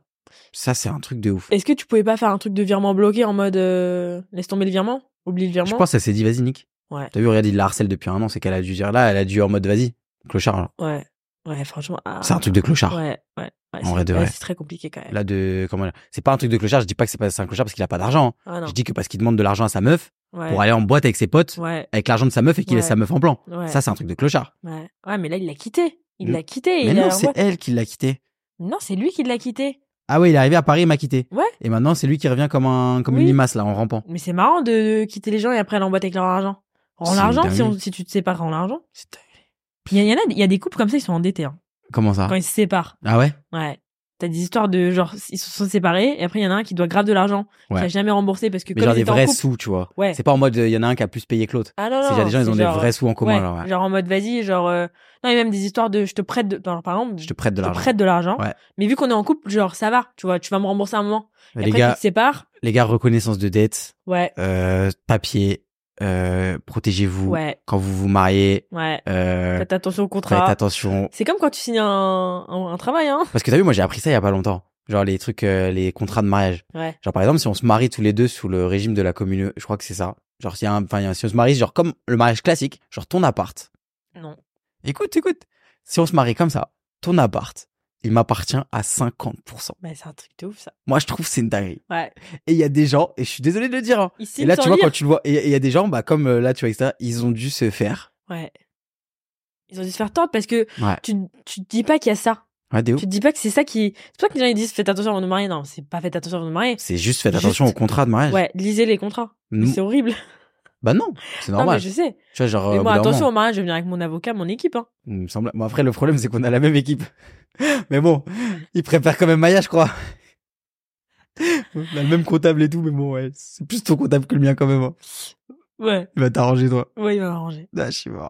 Speaker 2: Ça, c'est un truc de ouf.
Speaker 1: Est-ce que tu pouvais pas faire un truc de virement bloqué en mode euh, laisse tomber le virement, oublie le virement
Speaker 2: Je pense que ça s'est dit, vas-y, Nick.
Speaker 1: Ouais.
Speaker 2: T'as vu, regarde, il la harcèle depuis un an. C'est qu'elle a dû dire là, elle a dû en mode vas-y, clochard. genre.
Speaker 1: Ouais. Ouais, franchement. ah.
Speaker 2: C'est un truc de clochard.
Speaker 1: Ouais, ouais. ouais,
Speaker 2: vrai
Speaker 1: c'est
Speaker 2: de
Speaker 1: ouais,
Speaker 2: vrai.
Speaker 1: c'est très compliqué quand même.
Speaker 2: Là, de. Comment... C'est pas un truc de clochard. Je dis pas que c'est pas c'est un clochard parce qu'il a pas d'argent. hein.
Speaker 1: Ah non.
Speaker 2: Je dis que parce qu'il demande de l'argent à sa meuf
Speaker 1: Ouais.
Speaker 2: pour aller en boîte avec ses potes,
Speaker 1: Ouais.
Speaker 2: avec l'argent de sa meuf et qu'il laisse
Speaker 1: Ouais.
Speaker 2: sa meuf en plan.
Speaker 1: Ouais.
Speaker 2: Ça, c'est un truc de clochard.
Speaker 1: Ouais. ouais, mais là, il l'a quitté. Il
Speaker 2: Mm.
Speaker 1: l'a quitté.
Speaker 2: Mais
Speaker 1: il a-
Speaker 2: non, c'est
Speaker 1: ouais.
Speaker 2: elle qui l'a quitté.
Speaker 1: Non, c'est lui qui l'a quitté.
Speaker 2: Ah ouais, il est arrivé à Paris, il m'a quitté.
Speaker 1: Ouais.
Speaker 2: Et maintenant, c'est lui qui revient comme un comme
Speaker 1: Oui.
Speaker 2: une limace là en rampant.
Speaker 1: Mais c'est marrant de quitter les gens et après aller en boîte avec leur argent. Rends
Speaker 2: C'est
Speaker 1: l'argent
Speaker 2: dingue.
Speaker 1: si, on- si tu te sépares, rends l'argent. Puis il y, en a- il y a des couples comme ça, ils sont endettés hein,
Speaker 2: Comment ça
Speaker 1: quand ils se séparent.
Speaker 2: Ah ouais
Speaker 1: Ouais. T'as des histoires de genre, ils se sont séparés, et après, il y en a un qui doit grave de l'argent,
Speaker 2: Ouais.
Speaker 1: qui a jamais remboursé parce que
Speaker 2: Mais
Speaker 1: comme
Speaker 2: genre
Speaker 1: ils
Speaker 2: des
Speaker 1: étaient en
Speaker 2: vrais
Speaker 1: couple-
Speaker 2: sous, tu vois.
Speaker 1: Ouais.
Speaker 2: C'est pas en mode il y en a un qui a plus payé que l'autre.
Speaker 1: Ah non,
Speaker 2: C'est déjà
Speaker 1: non,
Speaker 2: des gens, ils
Speaker 1: c'est
Speaker 2: ont
Speaker 1: genre-
Speaker 2: des vrais sous en commun.
Speaker 1: ouais,
Speaker 2: genre, ouais.
Speaker 1: genre en mode vas-y, genre. euh, Non, et même des histoires de je te prête de. genre, par exemple,
Speaker 2: Je te prête de
Speaker 1: je te
Speaker 2: l'argent.
Speaker 1: prête de l'argent.
Speaker 2: Ouais.
Speaker 1: Mais vu qu'on est en couple, genre ça va, tu vois, tu vas me rembourser un moment. Et
Speaker 2: Les
Speaker 1: après, tu
Speaker 2: gars,
Speaker 1: te sépares.
Speaker 2: les gars, reconnaissance de dette,
Speaker 1: Ouais,
Speaker 2: euh, papier, euh, protégez-vous
Speaker 1: ouais,
Speaker 2: quand vous vous mariez.
Speaker 1: ouais.
Speaker 2: Euh,
Speaker 1: Faites attention au
Speaker 2: faites
Speaker 1: contrat.
Speaker 2: attention.
Speaker 1: C'est comme quand tu signes un, un, un travail, hein.
Speaker 2: Parce que t'as vu, moi j'ai appris ça il y a pas longtemps. Genre les trucs, euh, les contrats de mariage.
Speaker 1: Ouais.
Speaker 2: Genre par exemple, si on se marie tous les deux sous le régime de la commune, je crois que c'est ça. Genre si, un, enfin, si on se marie, genre comme le mariage classique, genre ton appart.
Speaker 1: Non.
Speaker 2: Écoute, écoute. Si on se marie comme ça, ton appart, il m'appartient à 50%.
Speaker 1: Bah, c'est un truc de ouf, ça.
Speaker 2: Moi je trouve que c'est une dinguerie.
Speaker 1: Ouais.
Speaker 2: Et il y a des gens, et je suis désolé de le dire, hein,
Speaker 1: Ici,
Speaker 2: et là
Speaker 1: sans
Speaker 2: tu vois
Speaker 1: lire.
Speaker 2: quand tu le vois, et et il y a des gens, bah comme euh, là tu vois, etc., ils ont dû se faire.
Speaker 1: Ouais. Ils ont dû se faire tort parce que
Speaker 2: Ouais.
Speaker 1: tu, tu te dis pas qu'il y a ça.
Speaker 2: Ouais, des ouf.
Speaker 1: Tu te dis pas que c'est ça qui. C'est pour ça que les gens ils disent faites attention avant de vous marier. Non, c'est pas faites attention avant de vous marier.
Speaker 2: C'est juste faites
Speaker 1: Juste-
Speaker 2: attention au contrat de mariage.
Speaker 1: Ouais, lisez les contrats. Mais
Speaker 2: Nous-
Speaker 1: C'est horrible.
Speaker 2: Bah non, c'est
Speaker 1: Non, mais
Speaker 2: normal.
Speaker 1: je sais.
Speaker 2: Tu vois, genre.
Speaker 1: Mais
Speaker 2: euh, au
Speaker 1: moi,
Speaker 2: bout d'un
Speaker 1: attention
Speaker 2: moment,
Speaker 1: au mariage, je vais venir avec mon avocat, mon équipe. Hein.
Speaker 2: il me semble... bon, après, le problème, c'est qu'on a la même équipe. mais bon, ils préfèrent quand même Maya, je crois. On a le même comptable et tout, mais bon, ouais. C'est plus ton comptable que le mien quand même. hein.
Speaker 1: Ouais,
Speaker 2: Il va t'arranger, toi.
Speaker 1: ouais, il va m'arranger.
Speaker 2: Ah, je suis mort.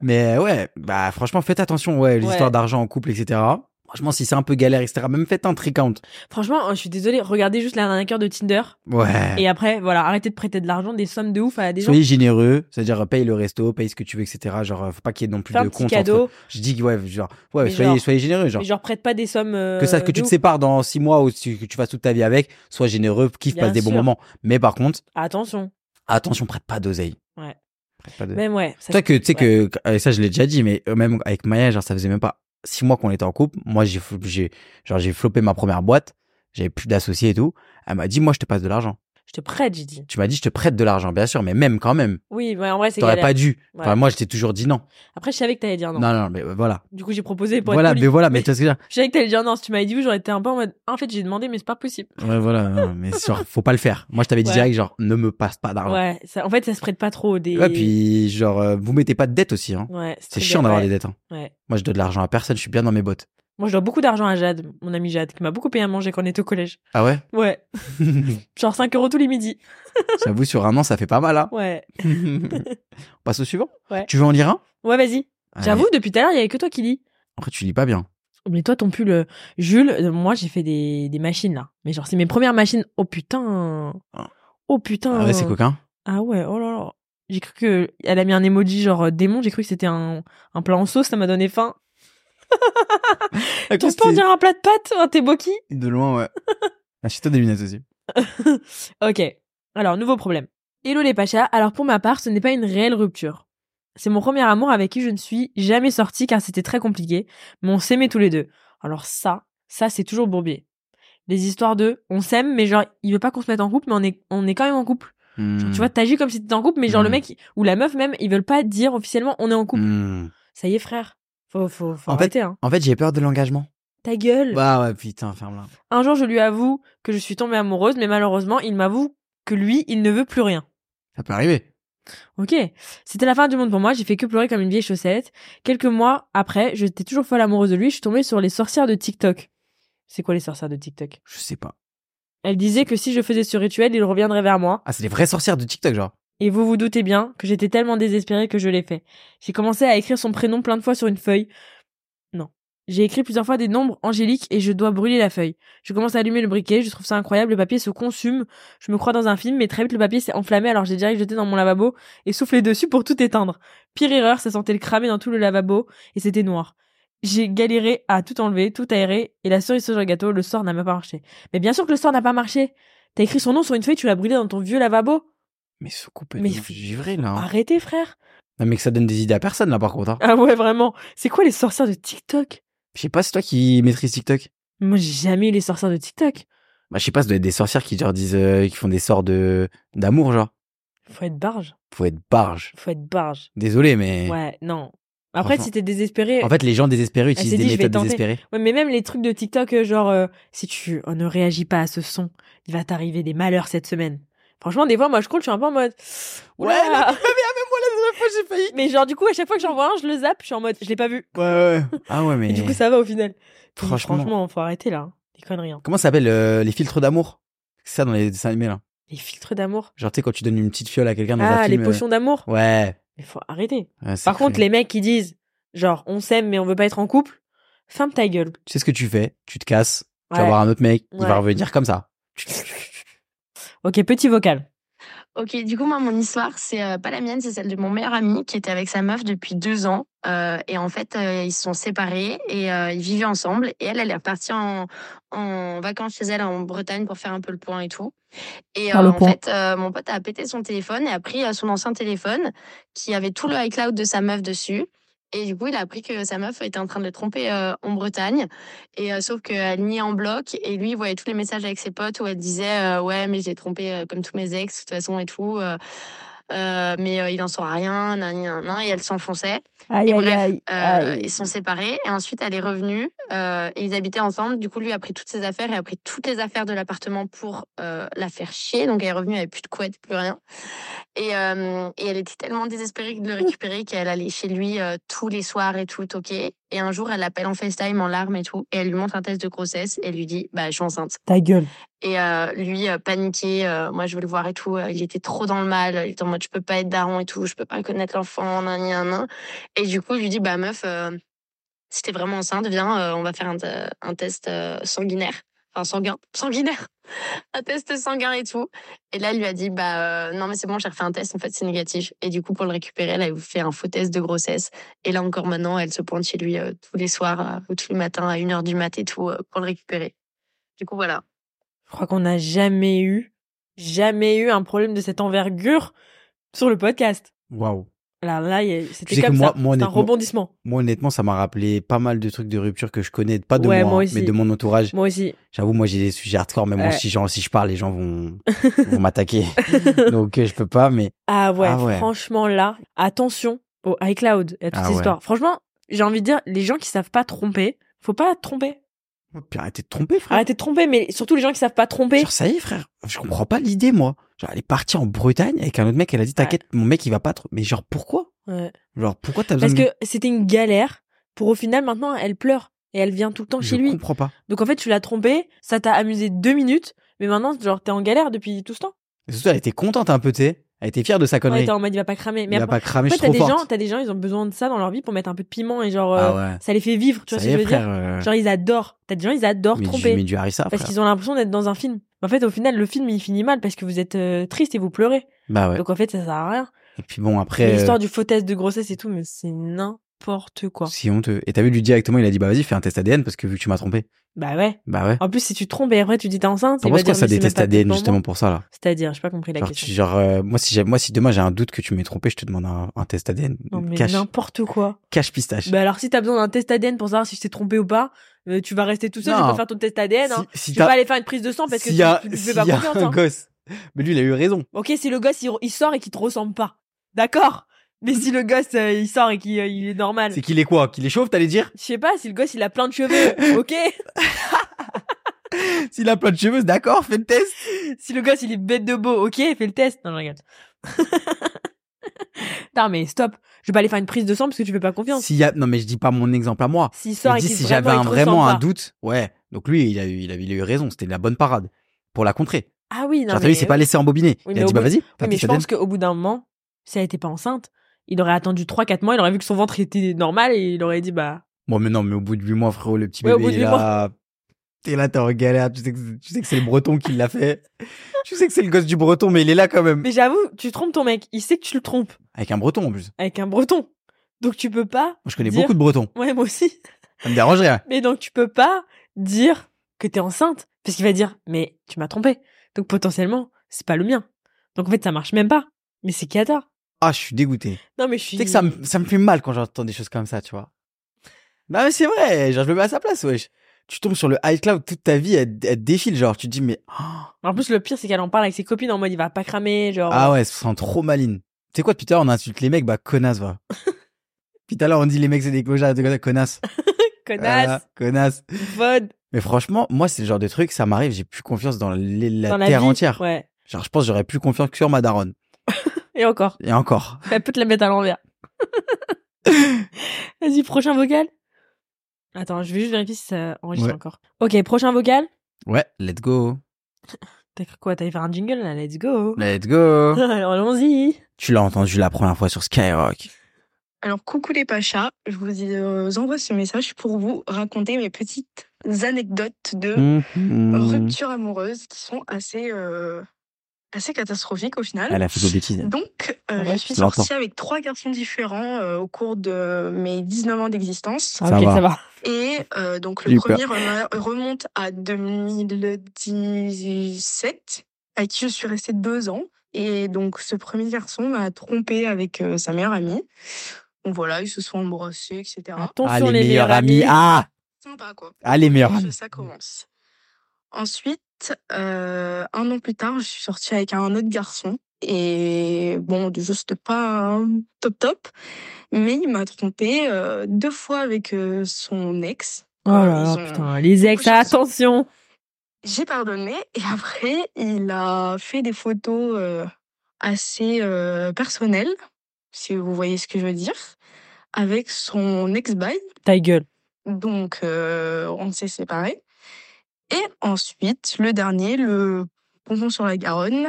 Speaker 2: mais euh, ouais, bah franchement, faites attention, ouais, les
Speaker 1: Ouais.
Speaker 2: histoires d'argent en couple, etc. Franchement, si c'est un peu galère, etc., même faites un tricount.
Speaker 1: Franchement, euh, je suis désolée, regardez juste la l'arnaqueur de Tinder.
Speaker 2: Ouais.
Speaker 1: Et après, voilà, arrêtez de prêter de l'argent, des sommes de ouf à des gens.
Speaker 2: Soyez généreux, c'est-à-dire euh, paye le resto, paye ce que tu veux, etc. Genre, euh, faut pas qu'il y ait non plus
Speaker 1: Fais un
Speaker 2: de
Speaker 1: petit
Speaker 2: compte.
Speaker 1: cadeau,
Speaker 2: entre- Je dis que, ouais, genre, ouais,
Speaker 1: Mais
Speaker 2: soyez,
Speaker 1: genre-
Speaker 2: soyez généreux, genre.
Speaker 1: mais genre prête pas des sommes. euh,
Speaker 2: que ça, que
Speaker 1: de
Speaker 2: tu te
Speaker 1: ouf.
Speaker 2: sépares dans six mois ou tu- que tu fasses toute ta vie avec, sois généreux, kiffe,
Speaker 1: Bien
Speaker 2: passe des bons
Speaker 1: sûr.
Speaker 2: moments. Mais par contre,
Speaker 1: Attention.
Speaker 2: attention, prête pas d'oseille.
Speaker 1: Ouais.
Speaker 2: Prête pas d'oseille.
Speaker 1: Même ouais. ça-
Speaker 2: Toi que tu sais
Speaker 1: ouais.
Speaker 2: que que- euh, ça je l'ai déjà dit mais euh, même avec Maya genre ça faisait même pas six mois qu'on était en couple moi j'ai fl- j'ai genre j'ai flopé ma première boîte j'avais plus d'associés et tout elle m'a dit moi je te passe de l'argent
Speaker 1: Je te prête, j'ai dit.
Speaker 2: tu m'as dit je te prête de l'argent bien sûr mais même quand même
Speaker 1: Oui, ouais, en vrai, c'est
Speaker 2: t'aurais
Speaker 1: galère.
Speaker 2: pas dû enfin
Speaker 1: Ouais.
Speaker 2: moi je t'ai toujours dit non
Speaker 1: Après, je savais que t'allais dire Ah non.
Speaker 2: non non, mais euh, voilà
Speaker 1: Du coup, j'ai proposé pour
Speaker 2: voilà
Speaker 1: être
Speaker 2: mais
Speaker 1: poli.
Speaker 2: voilà mais tu vois ce que je veux
Speaker 1: Je savais que t'allais dire non. Si tu m'avais dit oui, j'aurais été un peu en mode. En fait, j'ai demandé, mais c'est pas possible.
Speaker 2: dire ouais voilà non, mais genre faut pas le faire moi je t'avais dit
Speaker 1: Ouais.
Speaker 2: direct genre ne me passe pas d'argent
Speaker 1: Ouais. Ça, en fait, ça se prête pas trop des.
Speaker 2: Ouais, puis genre euh, vous mettez pas de dettes aussi hein
Speaker 1: Ouais.
Speaker 2: c'est
Speaker 1: très
Speaker 2: chiant
Speaker 1: galère.
Speaker 2: d'avoir
Speaker 1: Ouais.
Speaker 2: des dettes hein.
Speaker 1: Ouais.
Speaker 2: moi je donne de l'argent à personne je suis bien dans mes bottes
Speaker 1: Moi, je dois beaucoup d'argent à Jade, mon amie Jade, qui m'a beaucoup payé à manger quand on était au collège.
Speaker 2: ah ouais
Speaker 1: Ouais. Genre 5 euros tous les midis.
Speaker 2: j'avoue sur un an ça fait pas mal hein
Speaker 1: Ouais.
Speaker 2: On passe au suivant.
Speaker 1: Ouais.
Speaker 2: Tu veux en lire un
Speaker 1: Ouais, vas-y. J'avoue, depuis tout à l'heure, il y avait que toi qui lis.
Speaker 2: Après, tu lis pas bien.
Speaker 1: Mais toi, ton pull, euh, Jules, euh, moi, j'ai fait des, des machines, là. Mais genre, c'est mes premières machines. Oh putain. Oh putain.
Speaker 2: Ah ouais, c'est coquin.
Speaker 1: Ah ouais, oh là là. J'ai cru que elle a mis un emoji genre euh, démon, j'ai cru que c'était un, un plat en sauce, ça m'a donné faim. Tu peux en dire un plat de pâtes, hein, un teboki
Speaker 2: De loin, ouais. Achète-toi des lunettes aussi.
Speaker 1: Ok. Alors, nouveau problème. Hello les Pachas. Alors, pour ma part, ce n'est pas une réelle rupture. C'est mon premier amour avec qui je ne suis jamais sortie car c'était très compliqué, mais on s'aimait tous les deux. Alors ça, ça c'est toujours bourbier. Les histoires de on s'aime mais genre il veut pas qu'on se mette en couple mais on est on est quand même en couple.
Speaker 2: Mmh.
Speaker 1: Genre,
Speaker 2: Hmm.
Speaker 1: tu vois, t'agis comme si t'étais en couple mais genre le
Speaker 2: Mm.
Speaker 1: mec ou la meuf même, ils veulent pas dire officiellement on est en couple.
Speaker 2: Hmm.
Speaker 1: Ça y est frère. Faut faut faut
Speaker 2: En fait-
Speaker 1: arrêter hein.
Speaker 2: En fait, j'ai peur de l'engagement.
Speaker 1: Ta gueule.
Speaker 2: Bah ouais, putain, ferme-la.
Speaker 1: Un jour je lui avoue que je suis tombée amoureuse mais malheureusement, il m'avoue que lui, il ne veut plus rien.
Speaker 2: Ça peut arriver.
Speaker 1: Ok, c'était la fin du monde pour moi, j'ai fait que pleurer comme une vieille chaussette. Quelques mois après, j'étais toujours folle amoureuse de lui, je suis tombée sur les sorcières de TikTok. C'est quoi les sorcières de TikTok
Speaker 2: Je sais pas.
Speaker 1: Elle disait que si je faisais ce rituel, il reviendrait vers moi.
Speaker 2: Ah, c'est les vraies sorcières de TikTok, genre.
Speaker 1: Et vous vous doutez bien que j'étais tellement désespérée que je l'ai fait. J'ai commencé à écrire son prénom plein de fois sur une feuille. Non. J'ai écrit plusieurs fois des nombres angéliques et je dois brûler la feuille. Je commence à allumer le briquet, je trouve ça incroyable, le papier se consume. Je me crois dans un film, mais très vite le papier s'est enflammé alors j'ai direct jeté dans mon lavabo et soufflé dessus pour tout éteindre. Pire erreur, ça sentait le cramer dans tout le lavabo et c'était noir. J'ai galéré à tout enlever, tout aérer et la cerise sur le gâteau, le sort n'a même pas marché. Mais bien sûr que le sort n'a pas marché. T'as écrit son nom sur une feuille, tu l'as brûlé dans ton vieux lavabo.
Speaker 2: Mais ce couple
Speaker 1: Mais
Speaker 2: est
Speaker 1: faut-
Speaker 2: givré, là. hein.
Speaker 1: Arrêtez, frère.
Speaker 2: Non, mais que ça donne des idées à personne, là, par contre. hein.
Speaker 1: Ah ouais, vraiment. C'est quoi les sorcières de TikTok
Speaker 2: Je sais pas, c'est toi qui maîtrise TikTok.
Speaker 1: Moi, j'ai jamais eu les sorcières de TikTok.
Speaker 2: Bah, je sais pas, ça doit être des sorcières qui, genre, disent, euh, qui font des sorts de, d'amour, genre.
Speaker 1: Faut être barge.
Speaker 2: Faut être barge.
Speaker 1: Faut être barge.
Speaker 2: Désolé, mais.
Speaker 1: Ouais, non. Après,
Speaker 2: Franchement.
Speaker 1: si t'es désespéré.
Speaker 2: En fait, les gens désespérés
Speaker 1: s'est
Speaker 2: utilisent des
Speaker 1: dit, je vais
Speaker 2: méthodes
Speaker 1: tenter.
Speaker 2: désespérées.
Speaker 1: Ouais, mais même les trucs de TikTok, euh, genre, euh, si tu euh, ne réagis pas à ce son, il va t'arriver des malheurs cette semaine. Franchement, des fois, moi, je scroll, je suis un peu en mode.
Speaker 2: Ouais,
Speaker 1: Oula.
Speaker 2: non, mais- mais même moi, la dernière fois, j'ai failli.
Speaker 1: Mais genre, du coup, à chaque fois que j'en vois un, je le zappe, je suis en mode, je l'ai pas vu.
Speaker 2: Ouais, ouais. Ah ouais, mais.
Speaker 1: Et du coup, ça va au final. Puis,
Speaker 2: Franchement.
Speaker 1: franchement, faut arrêter là. hein. Des conneries. hein.
Speaker 2: Comment ça s'appelle euh, les filtres d'amour C'est ça dans les dessins animés, là.
Speaker 1: Les filtres d'amour.
Speaker 2: Genre, tu sais, quand tu donnes une petite fiole à quelqu'un dans un
Speaker 1: Ah, les
Speaker 2: film. euh,
Speaker 1: potions d'amour.
Speaker 2: Ouais.
Speaker 1: Mais faut arrêter.
Speaker 2: Ouais,
Speaker 1: Par
Speaker 2: c'est
Speaker 1: contre,
Speaker 2: cru.
Speaker 1: les mecs qui disent, genre, on s'aime mais on veut pas être en couple, ferme ta gueule.
Speaker 2: Tu sais ce que tu fais Tu te casses, tu vas
Speaker 1: Ouais.
Speaker 2: voir un autre mec, il
Speaker 1: Ouais.
Speaker 2: va revenir comme ça.
Speaker 1: Ok, petit vocal.
Speaker 3: Ok, du coup, moi, mon histoire, c'est euh, pas la mienne, c'est celle de mon meilleur ami qui était avec sa meuf depuis deux ans. Euh, et en fait, euh, ils se sont séparés et euh, ils vivaient ensemble. Et elle, elle est repartie en, en vacances chez elle en Bretagne pour faire un peu le point et tout. Et
Speaker 1: Faire
Speaker 3: euh,
Speaker 1: le
Speaker 3: en
Speaker 1: point.
Speaker 3: fait, euh, mon pote a pété son téléphone et a pris euh, son ancien téléphone qui avait tout le iCloud de sa meuf dessus. Et du coup, il a appris que sa meuf était en train de le tromper euh, en Bretagne. Et euh, sauf qu'elle niait en bloc. Et lui, il voyait tous les messages avec ses potes où elle disait euh, Ouais, mais j'ai trompé euh, comme tous mes ex, de toute façon, et tout. euh, euh, mais euh, il n'en saura rien, nan, nan, nan. Et elle s'enfonçait.
Speaker 1: Aïe,
Speaker 3: Et bref,
Speaker 1: aïe,
Speaker 3: Euh,
Speaker 1: aïe.
Speaker 3: ils sont séparés. Et ensuite, elle est revenue. euh, et ils habitaient ensemble. Du coup, lui a pris toutes ses affaires et a pris toutes les affaires de l'appartement pour euh, la faire chier. Donc, elle est revenue, elle n'avait plus de couette, plus rien. Et, euh, et elle était tellement désespérée de le récupérer qu'elle allait chez lui euh, tous les soirs et tout, ok. Et un jour, elle l'appelle en FaceTime en larmes et tout. Et elle lui montre un test de grossesse et elle lui dit Bah, je suis enceinte.
Speaker 1: Ta gueule.
Speaker 3: Et euh, lui, euh, paniqué, euh, moi je veux le voir et tout. euh, il était trop dans le mal. Il était en mode je peux pas être daron et tout, je peux pas connaître l'enfant, nan, nan, nan. Et du coup, je lui dis bah meuf, euh, si t'es vraiment enceinte, viens, euh, on va faire un, te- un test euh, sanguinaire. Enfin, sanguin, sanguinaire. un test sanguin et tout. Et là, elle lui a dit bah euh, non, mais c'est bon, j'ai refait un test, en fait c'est négatif. Et du coup, pour le récupérer, elle a fait un faux test de grossesse. Et là encore maintenant, elle se pointe chez lui euh, tous les soirs euh, ou tous les matins à 1h du mat et tout euh, pour le récupérer. Du coup, voilà.
Speaker 1: Je crois qu'on n'a jamais eu, jamais eu un problème de cette envergure sur le podcast.
Speaker 2: Waouh.
Speaker 1: Alors là, il y a-
Speaker 2: Tu sais
Speaker 1: c'était
Speaker 2: que
Speaker 1: comme
Speaker 2: moi-
Speaker 1: ça.
Speaker 2: moi,
Speaker 1: C'est un
Speaker 2: honnêtement-
Speaker 1: rebondissement.
Speaker 2: Moi, honnêtement, ça m'a rappelé pas mal de trucs de rupture que je connais, pas de
Speaker 1: Ouais,
Speaker 2: moi,
Speaker 1: moi
Speaker 2: hein,
Speaker 1: aussi.
Speaker 2: mais de mon entourage.
Speaker 1: Moi aussi.
Speaker 2: J'avoue, moi, j'ai des sujets hardcore, mais moi,
Speaker 1: Ouais.
Speaker 2: si, genre, si je parle, les gens vont, vont m'attaquer. Donc, euh, je peux pas, mais
Speaker 1: Ah ouais,
Speaker 2: Ah ouais.
Speaker 1: franchement là, attention au iCloud et à toute
Speaker 2: Ah
Speaker 1: cette
Speaker 2: ouais.
Speaker 1: histoire. Franchement, j'ai envie de dire, les gens qui savent pas tromper, faut pas tromper.
Speaker 2: puis arrêtez Oh, de tromper, frère.
Speaker 1: Arrêtez de tromper, mais surtout les gens qui savent pas tromper.
Speaker 2: Genre, ça y est, frère. Je comprends pas l'idée, moi. Genre, elle est partie en Bretagne avec un autre mec. Elle a dit, t'inquiète, mon mec, il va pas trop. Mais genre, pourquoi?
Speaker 1: Ouais.
Speaker 2: Genre, pourquoi t'as besoin
Speaker 1: Parce
Speaker 2: de...
Speaker 1: que c'était une galère pour au final maintenant elle pleure et elle vient tout le temps
Speaker 2: je
Speaker 1: chez lui.
Speaker 2: comprends pas.
Speaker 1: Donc en fait tu l'as trompé, ça t'a amusé deux minutes, mais maintenant genre t'es en galère depuis tout ce temps.
Speaker 2: Et surtout, elle était contente un peu, tu sais. Elle était fière de sa
Speaker 1: Ouais,
Speaker 2: connerie.
Speaker 1: t'es en mode il va pas cramer. Mais
Speaker 2: il a
Speaker 1: après,
Speaker 2: pas cramé, je
Speaker 1: après,
Speaker 2: suis
Speaker 1: t'as
Speaker 2: trop
Speaker 1: des gens,
Speaker 2: forte.
Speaker 1: t'as des gens ils ont besoin de ça dans leur vie pour mettre un peu de piment et genre euh,
Speaker 2: Ah ouais.
Speaker 1: ça les fait vivre. Tu vois
Speaker 2: Ça
Speaker 1: ce
Speaker 2: y
Speaker 1: que je
Speaker 2: est,
Speaker 1: veux
Speaker 2: frère.
Speaker 1: dire
Speaker 2: euh,
Speaker 1: Genre ils adorent. T'as des gens ils adorent
Speaker 2: mais,
Speaker 1: tromper.
Speaker 2: du, mais du harissa,
Speaker 1: Parce
Speaker 2: frère.
Speaker 1: qu'ils ont l'impression d'être dans un film. En fait, au final, le film, il finit mal parce que vous êtes euh, triste et vous pleurez.
Speaker 2: Bah ouais.
Speaker 1: Donc, en fait, ça sert à rien.
Speaker 2: Et puis bon,
Speaker 1: Mais
Speaker 2: après,
Speaker 1: L'histoire du faux test de grossesse et tout, mais c'est n'importe
Speaker 2: euh,
Speaker 1: quoi.
Speaker 2: si honteux. Et t'as vu, lui directement, il a dit, bah vas-y, fais un test ADN parce que vu que tu m'as trompé.
Speaker 1: Bah ouais.
Speaker 2: Bah ouais.
Speaker 1: En plus, si tu te trompes et après tu dis t'es enceinte, Ah,
Speaker 2: T'en
Speaker 1: il va
Speaker 2: penses quoi
Speaker 1: dire,
Speaker 2: ça
Speaker 1: mais c'est
Speaker 2: des
Speaker 1: même
Speaker 2: tests
Speaker 1: pas
Speaker 2: ADN
Speaker 1: pour
Speaker 2: justement
Speaker 1: moi.
Speaker 2: pour ça, là?
Speaker 1: C'est-à-dire, j'ai pas compris la
Speaker 2: Genre,
Speaker 1: question.
Speaker 2: tu- genre, euh, moi, si j'ai- moi, si demain j'ai un doute que tu m'es trompé, je te demande un, un test ADN.
Speaker 1: Non, mais
Speaker 2: cache,
Speaker 1: n'importe quoi.
Speaker 2: cache pistache.
Speaker 1: Bah alors, si t'as besoin d'un test ADN pour savoir si je t'ai trompé ou pas, euh, tu vas rester tout seul, je vais
Speaker 2: Non.
Speaker 1: pas faire ton test ADN. Hein.
Speaker 2: Si- si
Speaker 1: Tu
Speaker 2: t'as-
Speaker 1: vas pas aller faire une prise de sang parce que
Speaker 2: S'il
Speaker 1: tu,
Speaker 2: y a,
Speaker 1: tu lui fais
Speaker 2: s'il
Speaker 1: pas
Speaker 2: y a
Speaker 1: confiance.
Speaker 2: un
Speaker 1: hein.
Speaker 2: gosse. Mais lui, il a eu raison.
Speaker 1: Ok, si le gosse, il, il sort et qu'il te ressemble pas. D'accord. Mais si le gosse, euh, il sort et qu'il euh, il est normal.
Speaker 2: C'est qu'il est quoi Qu'il est chauve, t'allais dire
Speaker 1: Je sais pas, si le gosse il a plein de cheveux, ok.
Speaker 2: S'il a plein de cheveux, d'accord, fais le test.
Speaker 1: Si le gosse il est bête de beau, ok, fais le test. Non, je regarde. non, mais stop. Je vais pas aller faire une prise de sang parce que tu fais pas confiance.
Speaker 2: S'il y a, non, mais je dis pas mon exemple à moi.
Speaker 1: S'il sort
Speaker 2: Je
Speaker 1: et
Speaker 2: dis
Speaker 1: qu'il
Speaker 2: si
Speaker 1: vraiment,
Speaker 2: j'avais
Speaker 1: il
Speaker 2: un,
Speaker 1: te
Speaker 2: vraiment
Speaker 1: ressemble
Speaker 2: un
Speaker 1: pas.
Speaker 2: doute. Ouais. Donc lui, il a eu, il a, il a eu raison. C'était la bonne parade pour la contrer.
Speaker 1: Ah oui, non.
Speaker 2: Genre, t'as
Speaker 1: mais...
Speaker 2: vu, il s'est pas laissé embobiner.
Speaker 1: Oui,
Speaker 2: il
Speaker 1: mais
Speaker 2: a
Speaker 1: au
Speaker 2: dit, bah
Speaker 1: bout-
Speaker 2: vas-y,
Speaker 1: Oui,
Speaker 2: t'as
Speaker 1: mais
Speaker 2: tes
Speaker 1: je
Speaker 2: ADN.
Speaker 1: pense qu'au bout d'un moment, si elle était pas enceinte, il aurait attendu 3-4 mois, il aurait vu que son ventre était normal et il aurait dit bah.
Speaker 2: Bon, mais non, mais au bout de 8 mois, frérot, le petit
Speaker 1: Ouais, au
Speaker 2: bébé,
Speaker 1: bout de
Speaker 2: il est
Speaker 1: huit
Speaker 2: là. T'es là, t'es en galère. Tu sais que, c'est- tu sais que c'est le breton qui l'a fait. tu sais que c'est le gosse du breton, mais il est là quand même.
Speaker 1: Mais j'avoue, tu trompes ton mec. Il sait que tu le trompes
Speaker 2: Avec un breton, en plus.
Speaker 1: avec un breton. Donc tu peux pas.
Speaker 2: Moi, je connais
Speaker 1: Dire-
Speaker 2: beaucoup de bretons.
Speaker 1: Ouais, moi aussi.
Speaker 2: Ça me hein. dérange rien.
Speaker 1: Mais donc tu peux pas dire que t'es enceinte parce qu'il va dire mais tu m'as trompé. Donc potentiellement c'est pas le mien. Donc en fait ça marche même pas. Mais c'est cata.
Speaker 2: Ah, je suis dégoûté.
Speaker 1: Non mais je suis.
Speaker 2: Tu sais que ça me, ça me fait mal quand j'entends des choses comme ça, tu vois. Non, mais c'est vrai, genre, je me mets à sa place, wesh. Tu tombes sur le iCloud, toute ta vie, elle, elle défile, genre, tu te dis, mais, ah
Speaker 1: En plus le pire c'est qu'elle en parle avec ses copines en mode il va pas cramer genre.
Speaker 2: ah ouais, ça sent trop maline. Tu sais quoi, depuis tout à l'heure, on insulte les mecs, bah, connasse, va. Puis tout à l'heure, on dit les mecs, c'est des clochards, des connasses.
Speaker 1: Connasse,
Speaker 2: Ah, connasse.
Speaker 1: vod.
Speaker 2: Mais franchement, moi, c'est le genre de truc, ça m'arrive, j'ai plus confiance dans les- la
Speaker 1: dans la
Speaker 2: terre
Speaker 1: vie.
Speaker 2: entière.
Speaker 1: Ouais.
Speaker 2: Genre, je pense que j'aurais plus confiance que sur ma daronne.
Speaker 1: Et encore,
Speaker 2: Et encore.
Speaker 1: elle peut te la mettre à l'envers. Vas-y, prochain vocal. Attends, je vais juste vérifier si ça enregistre
Speaker 2: Ouais.
Speaker 1: encore. Ok, prochain vocal.
Speaker 2: Ouais, let's go.
Speaker 1: T'as cru quoi T'allais faire un jingle là Let's go
Speaker 2: Let's go.
Speaker 1: Alors, Allons-y
Speaker 2: tu l'as entendu la première fois sur Skyrock.
Speaker 3: Alors, coucou les Pachas, je vous euh, envoie ce message pour vous raconter mes petites anecdotes de
Speaker 1: Euh,
Speaker 2: Mhm.
Speaker 3: ruptures amoureuses qui sont assez, euh, assez catastrophiques au final.
Speaker 2: Elle a fait des bêtises.
Speaker 3: Donc, euh,
Speaker 1: Ouais,
Speaker 3: je suis
Speaker 2: je l'entends.
Speaker 3: sortie avec trois garçons différents euh, au cours de mes 19 ans d'existence.
Speaker 1: Ah,
Speaker 2: Ça
Speaker 1: Ok,
Speaker 2: va.
Speaker 1: ça va.
Speaker 3: Et euh, donc, le
Speaker 2: J'ai eu peur.
Speaker 3: premier rema- remonte à 2017, à qui je suis restée deux ans. Et donc, ce premier garçon m'a trompée avec euh, sa meilleure amie. Donc voilà, ils se sont embrassés, etc.
Speaker 2: Ah,
Speaker 1: Attention
Speaker 2: les, meilleurs amis. Ah,
Speaker 3: Sympa, quoi.
Speaker 2: ah, les meilleurs
Speaker 3: Ça,
Speaker 2: amis.
Speaker 3: ça commence. Ensuite, euh, un an plus tard, je suis sortie avec un autre garçon. Et bon, du coup, c'était pas euh, top top, mais il m'a trompée euh, deux fois avec euh, son ex.
Speaker 2: Ah,
Speaker 1: Oh là
Speaker 3: Ils
Speaker 1: là,
Speaker 3: ont-
Speaker 1: putain, les ex,
Speaker 3: Prochain-
Speaker 1: attention
Speaker 3: J'ai pardonné et après, il a fait des photos euh, assez euh, personnelles, si vous voyez ce que je veux dire, avec son ex-bail.
Speaker 1: Ta gueule.
Speaker 3: Donc, euh, on s'est séparés. Et ensuite, le dernier, le ponton sur la Garonne,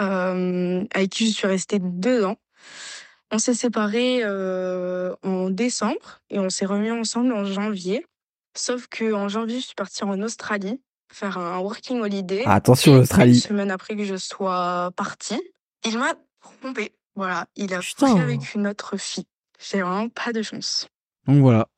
Speaker 3: euh, avec qui je suis restée deux ans. On s'est séparés euh, en décembre et on s'est remis ensemble en janvier. Sauf que en janvier, je suis partie en Australie faire un working holiday.
Speaker 2: Ah, attention,
Speaker 3: Une
Speaker 2: l'Australie.
Speaker 3: semaine après que je sois partie, il m'a trompée. Voilà, il a
Speaker 1: Putain.
Speaker 3: pris avec une autre fille. J'ai vraiment pas de chance.
Speaker 2: Donc voilà.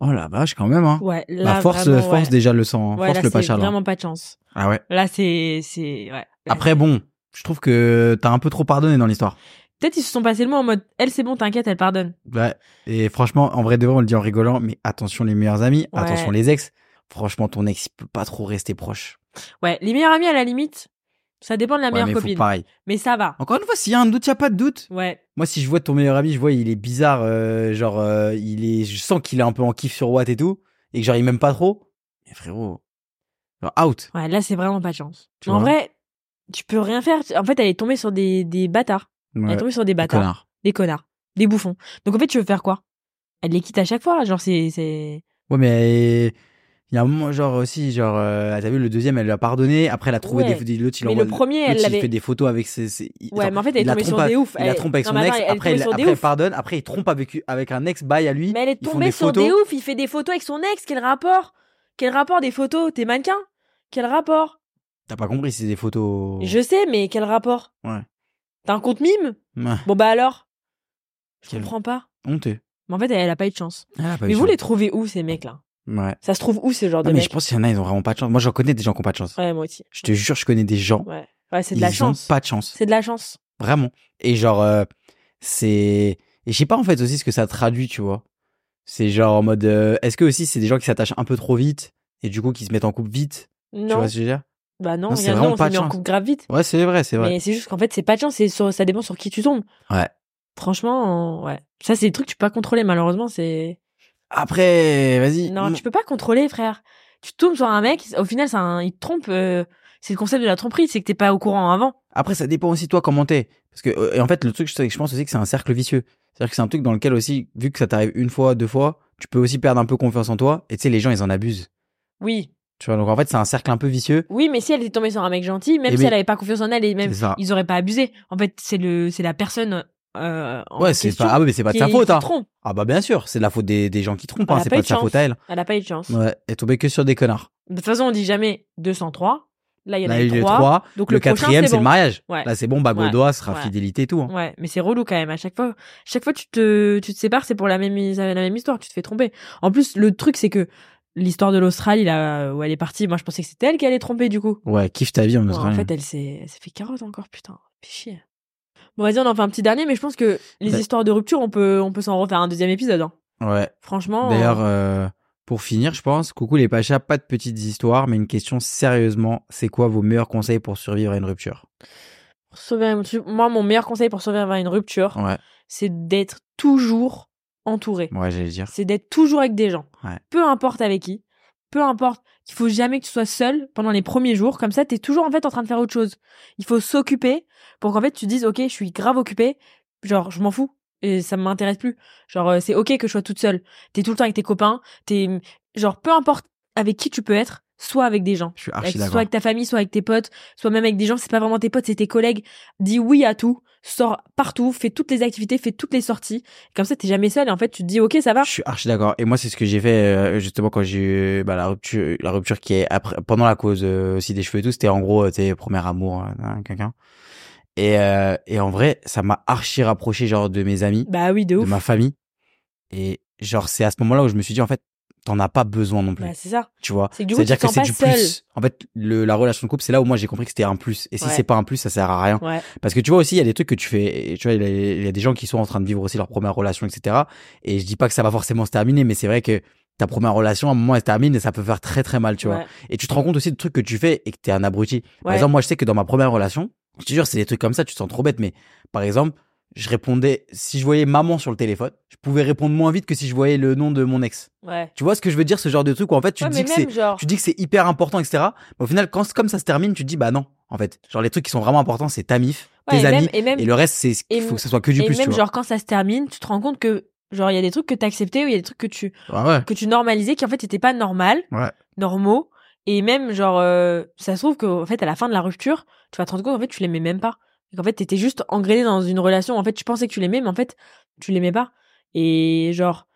Speaker 2: Oh la vache, quand même. Hein.
Speaker 1: Ouais, là,
Speaker 2: Bah, force,
Speaker 1: vraiment,
Speaker 2: force
Speaker 1: ouais.
Speaker 2: déjà le sang. hein.
Speaker 1: Ouais,
Speaker 2: force
Speaker 1: là,
Speaker 2: le
Speaker 1: c'est
Speaker 2: pacha là.
Speaker 1: vraiment pas de chance.
Speaker 2: Ah ouais.
Speaker 1: Là, c'est... c'est ouais. Là,
Speaker 2: Après, bon, je trouve que t'as un peu trop pardonné dans l'histoire.
Speaker 1: Peut-être ils se sont passés le mot en mode elle c'est bon t'inquiète elle pardonne.
Speaker 2: Ouais. Bah, Et franchement, en vrai de vrai, on le dit en rigolant, mais attention les meilleurs amis,
Speaker 1: Ouais.
Speaker 2: attention les ex. Franchement, ton ex, il peut pas trop rester proche.
Speaker 1: Ouais, les meilleurs amis à la limite, ça dépend de la
Speaker 2: ouais,
Speaker 1: meilleure
Speaker 2: mais faut
Speaker 1: copine.
Speaker 2: pareil.
Speaker 1: Mais ça va.
Speaker 2: Encore une fois, s'il y a un doute, il y a pas de doute.
Speaker 1: Ouais.
Speaker 2: Moi, si je vois ton meilleur ami, je vois il est bizarre, euh, genre euh, il est, je sens qu'il est un peu en kiff sur Watt et tout, et que genre il m'aime pas trop. Mais frérot, genre out.
Speaker 1: Ouais, là c'est vraiment pas de chance.
Speaker 2: Tu
Speaker 1: en
Speaker 2: vois
Speaker 1: vrai, tu peux rien faire. En fait, elle est tombée sur des, des bâtards. Elle est tombée sur des bâtards,
Speaker 2: Connard.
Speaker 1: des connards, des bouffons. Donc en fait, tu veux faire quoi Elle les quitte à chaque fois, genre c'est c'est
Speaker 2: Ouais, mais il y a un moment, genre aussi, genre, euh, t'as vu le deuxième, elle l'a pardonné. Après, elle a trouvé
Speaker 1: Ouais.
Speaker 2: des, des l'autre, il
Speaker 1: Mais
Speaker 2: envoie-
Speaker 1: le premier, elle
Speaker 2: l'autre, il
Speaker 1: l'avait-
Speaker 2: fait des photos avec ses. ses- il-
Speaker 1: Ouais,
Speaker 2: genre,
Speaker 1: mais en fait, elle est
Speaker 2: il la
Speaker 1: tombée sur
Speaker 2: trompe à-
Speaker 1: des oufs.
Speaker 2: Il la
Speaker 1: Elle-
Speaker 2: trompe avec
Speaker 1: Non,
Speaker 2: son
Speaker 1: mais
Speaker 2: ex.
Speaker 1: attends, elle est tombée
Speaker 2: après, elle,
Speaker 1: sur des
Speaker 2: après, elle
Speaker 1: oufs.
Speaker 2: pardonne. Après, il trompe avec, avec un ex bail à lui.
Speaker 1: Mais elle est
Speaker 2: Ils font
Speaker 1: tombée
Speaker 2: des
Speaker 1: sur
Speaker 2: photos.
Speaker 1: des oufs, il fait des photos avec son ex, quel rapport Quel rapport des photos T'es mannequin Quel rapport
Speaker 2: T'as pas compris, c'est des photos.
Speaker 1: Je sais, mais quel rapport
Speaker 2: Oh. Ouais.
Speaker 1: T'as un compte mime
Speaker 2: Ouais,
Speaker 1: Bon bah alors Je
Speaker 2: Quel-
Speaker 1: comprends pas.
Speaker 2: honteux.
Speaker 1: Mais en fait, elle, elle a pas eu de chance.
Speaker 2: Elle a pas
Speaker 1: mais
Speaker 2: eu
Speaker 1: vous
Speaker 2: ça.
Speaker 1: les trouvez où ces mecs là
Speaker 2: Ouais.
Speaker 1: Ça se trouve où ce genre
Speaker 2: Non,
Speaker 1: de
Speaker 2: mais je
Speaker 1: mecs
Speaker 2: pense qu'il y en a, ils ont vraiment pas de chance. Moi, j'en connais des gens qui ont pas de chance.
Speaker 1: Ouais, moi aussi.
Speaker 2: Je te jure, je connais des gens.
Speaker 1: Ouais, ouais c'est de
Speaker 2: ils
Speaker 1: la
Speaker 2: ont
Speaker 1: chance.
Speaker 2: pas de chance.
Speaker 1: C'est de la chance.
Speaker 2: Vraiment. Et genre, euh, c'est. Et je sais pas en fait aussi ce que ça traduit, tu vois. C'est genre en mode. euh, Est-ce que aussi c'est des gens qui s'attachent un peu trop vite et du coup qui se mettent en couple vite Tu
Speaker 1: Non,
Speaker 2: vois ce que je veux dire
Speaker 1: bah non,
Speaker 2: Non, c'est
Speaker 1: regarde,
Speaker 2: vraiment
Speaker 1: non, on
Speaker 2: pas
Speaker 1: s'est
Speaker 2: de
Speaker 1: mis en
Speaker 2: chance.
Speaker 1: couple grave vite.
Speaker 2: Ouais, c'est vrai, c'est vrai.
Speaker 1: Mais c'est juste qu'en fait, c'est pas de chance, c'est sur- ça dépend sur qui tu tombes.
Speaker 2: Ouais.
Speaker 1: Franchement, euh, ouais. Ça, c'est des trucs que tu peux pas contrôler, malheureusement. c'est...
Speaker 2: Après, vas-y.
Speaker 1: Non,
Speaker 2: Mm.
Speaker 1: tu peux pas contrôler, frère. Tu tombes sur un mec, au final, c'est un... il te trompe. euh, C'est le concept de la tromperie, c'est que t'es pas au courant avant.
Speaker 2: Après, ça dépend aussi de toi comment t'es. Parce que, euh, et en fait, le truc, je sais- je pense aussi que c'est un cercle vicieux. C'est-à-dire que c'est un truc dans lequel aussi, vu que ça t'arrive une fois, deux fois, tu peux aussi perdre un peu confiance en toi. Et tu sais, les gens, ils en abusent.
Speaker 1: Oui.
Speaker 2: Tu vois, donc en fait, c'est un cercle un peu vicieux.
Speaker 1: Oui, mais si elle était tombée sur un mec gentil, même
Speaker 2: Eh
Speaker 1: si
Speaker 2: ben,
Speaker 1: elle avait pas confiance en elle et même
Speaker 2: C'est ça.
Speaker 1: ils auraient pas abusé. En fait, c'est le, c'est la personne. euh, en
Speaker 2: Ouais, c'est
Speaker 1: question
Speaker 2: pas, ah, ouais, mais c'est pas de
Speaker 1: qui-
Speaker 2: sa faute,
Speaker 1: qui
Speaker 2: hein.
Speaker 1: trompe.
Speaker 2: Ah bah bien sûr, c'est de la faute des, des gens qui trompent,
Speaker 1: Elle
Speaker 2: hein,
Speaker 1: a
Speaker 2: c'est
Speaker 1: pas
Speaker 2: pas
Speaker 1: eu
Speaker 2: de sa
Speaker 1: de
Speaker 2: faute à elle.
Speaker 1: Elle a pas eu de chance.
Speaker 2: Ouais, elle est tombée que sur des connards.
Speaker 1: hein. De toute façon, on dit jamais 203. Là, il y en
Speaker 2: Là,
Speaker 1: a eu
Speaker 2: il y a eu
Speaker 1: 3.
Speaker 2: trois.
Speaker 1: Donc
Speaker 2: Le,
Speaker 1: le, prochain,
Speaker 2: quatrième, c'est
Speaker 1: bon.
Speaker 2: le mariage.
Speaker 1: Ouais.
Speaker 2: Là, c'est bon, bah
Speaker 1: Ouais.
Speaker 2: Gaudois sera
Speaker 1: Ouais.
Speaker 2: fidélité et tout. hein.
Speaker 1: Ouais, mais c'est relou quand même. À chaque fois, chaque fois tu te, tu te sépares, c'est pour la même, la même histoire. Tu te fais tromper. En plus, le truc, c'est que l'histoire de l'Australie, là où elle est partie, moi, je pensais que c'était elle qui allait tromper du coup.
Speaker 2: Ouais, kiffe ta vie en
Speaker 1: Ouais, en
Speaker 2: Australie.
Speaker 1: fait, elle s'est, elle s'est fait carotte encore, putain. Fais chier. Bon, vas-y, on en fait un petit dernier, mais je pense que les
Speaker 2: Bah-
Speaker 1: histoires de rupture, on peut, on peut s'en refaire un deuxième épisode. hein.
Speaker 2: Ouais.
Speaker 1: Franchement.
Speaker 2: D'ailleurs,
Speaker 1: euh,
Speaker 2: euh, pour finir, je pense, coucou les pachas, pas de petites histoires, mais une question sérieusement, c'est quoi vos meilleurs conseils pour survivre à une rupture
Speaker 1: pour sauver un- moi, mon meilleur conseil pour survivre à une rupture,
Speaker 2: Ouais,
Speaker 1: c'est d'être toujours entouré.
Speaker 2: ouais, j'allais dire.
Speaker 1: c'est d'être toujours avec des gens.
Speaker 2: Ouais.
Speaker 1: Peu importe avec qui. peu importe, qu'il faut jamais que tu sois seul pendant les premiers jours, comme ça t'es toujours en fait en train de faire autre chose. Il faut s'occuper pour qu'en fait tu te dises ok je suis grave occupée, genre je m'en fous et ça m'intéresse plus. Genre euh, c'est ok que je sois toute seule. T'es tout le temps avec tes copains, t'es genre peu importe avec qui tu peux être, soit avec des gens.
Speaker 2: Je suis
Speaker 1: Avec-
Speaker 2: archi
Speaker 1: soit
Speaker 2: d'accord.
Speaker 1: avec ta famille, soit avec tes potes, soit même avec des gens, c'est pas vraiment tes potes, c'est tes collègues. Dis oui à tout, sors partout, fais toutes les activités, fais toutes les sorties. Comme ça, t'es jamais seul et en fait, tu te dis, ok, ça va.
Speaker 2: Je suis archi d'accord. Et moi, c'est ce que j'ai fait euh, justement quand j'ai eu bah, la rupture, la rupture qui est après, pendant la cause euh, aussi des cheveux et tout. C'était en gros, euh, tu sais, premier amour, euh, hein, quelqu'un. Et, euh, et en vrai, ça m'a archi rapproché genre de mes amis,
Speaker 1: Bah oui, de
Speaker 2: de
Speaker 1: ouf.
Speaker 2: ma famille. Et genre, c'est à ce moment-là où je me suis dit en fait, t'en as pas besoin non plus.
Speaker 1: Bah, c'est ça.
Speaker 2: tu vois.
Speaker 1: C'est que du coup, tu te
Speaker 2: c'est
Speaker 1: sens
Speaker 2: du
Speaker 1: pas seul.
Speaker 2: plus. En fait, le, la relation de couple, c'est là où moi j'ai compris que c'était un plus. Et si
Speaker 1: Ouais.
Speaker 2: c'est pas un plus, ça sert à rien.
Speaker 1: Ouais.
Speaker 2: Parce que tu vois aussi, il y a des trucs que tu fais. et Tu vois, il y, a- il y a des gens qui sont en train de vivre aussi leur première relation, etc. Et je dis pas que ça va forcément se terminer, mais c'est vrai que ta première relation, à un moment, elle se termine et ça peut faire très très mal, tu vois.
Speaker 1: Ouais.
Speaker 2: Et tu te rends compte aussi de trucs que tu fais et que t'es un abruti. Par
Speaker 1: Ouais.
Speaker 2: exemple, moi, je sais que dans ma première relation, je te jure, c'est des trucs comme ça, tu te sens trop bête, mais par exemple, je répondais, si je voyais maman sur le téléphone, je pouvais répondre moins vite que si je voyais le nom de mon ex.
Speaker 1: Ouais.
Speaker 2: Tu vois ce que je veux dire, ce genre de truc où en fait, tu
Speaker 1: Ouais,
Speaker 2: te
Speaker 1: mais
Speaker 2: dis que c'est
Speaker 1: même genre.
Speaker 2: tu dis que c'est hyper important, etc. Mais au final, quand, comme ça se termine, tu te dis, bah non, en fait. Genre, les trucs qui sont vraiment importants, c'est ta mif,
Speaker 1: Ouais,
Speaker 2: tes
Speaker 1: et même-
Speaker 2: amis,
Speaker 1: et même-
Speaker 2: et le reste, c'est
Speaker 1: et
Speaker 2: il faut que ce soit que du
Speaker 1: et
Speaker 2: plus,
Speaker 1: même
Speaker 2: tu vois.
Speaker 1: genre quand ça se termine, tu te rends compte que genre il y a des trucs que t'as acceptés ou il y a des trucs que tu
Speaker 2: Ouais, ouais.
Speaker 1: que tu normalisais qui en fait étaient pas normal,
Speaker 2: Ouais.
Speaker 1: normaux. Et même genre euh, ça se trouve qu'en fait à la fin de la rupture, tu vas te rendre compte en fait tu l'aimais même pas. Et qu'en fait t'étais juste engrainé dans une relation. En fait tu pensais que tu l'aimais mais en fait tu l'aimais pas. Et genre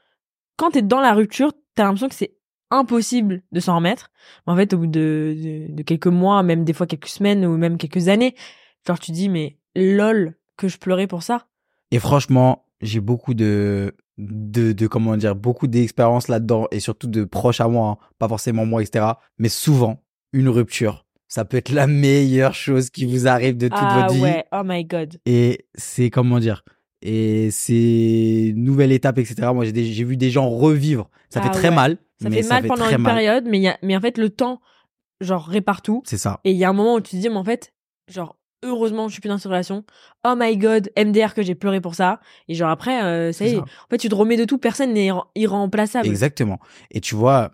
Speaker 1: quand t'es dans la rupture, t'as l'impression que c'est impossible de s'en remettre. Mais en fait au bout de, de, de quelques mois, même des fois quelques semaines ou même quelques années, genre tu dis mais lol que je pleurais pour ça.
Speaker 2: Et franchement, j'ai beaucoup de, de, de, comment dire, beaucoup d'expérience là-dedans, et surtout de proches à moi, hein. pas forcément moi, etc. Mais souvent, une rupture, ça peut être la meilleure chose qui vous arrive de toute
Speaker 1: ah
Speaker 2: votre vie.
Speaker 1: ouais, oh my god.
Speaker 2: et c'est comment dire et c'est une nouvelle étape etc moi j'ai des- j'ai vu des gens revivre ça
Speaker 1: Ah
Speaker 2: fait très
Speaker 1: ouais.
Speaker 2: mal
Speaker 1: Ça
Speaker 2: mais
Speaker 1: fait mal pendant
Speaker 2: très
Speaker 1: une
Speaker 2: mal.
Speaker 1: période, mais, il y a, mais en fait, le temps, genre, répare tout.
Speaker 2: c'est ça
Speaker 1: Et il y a un moment où tu te dis, mais en fait, genre, heureusement, je suis plus dans cette relation. Oh my god, MDR que j'ai pleuré pour ça. Et genre, après, euh, ça y
Speaker 2: C'est
Speaker 1: est,
Speaker 2: ça.
Speaker 1: en fait, tu te remets de tout, personne n'est irre- irremplaçable.
Speaker 2: exactement et tu vois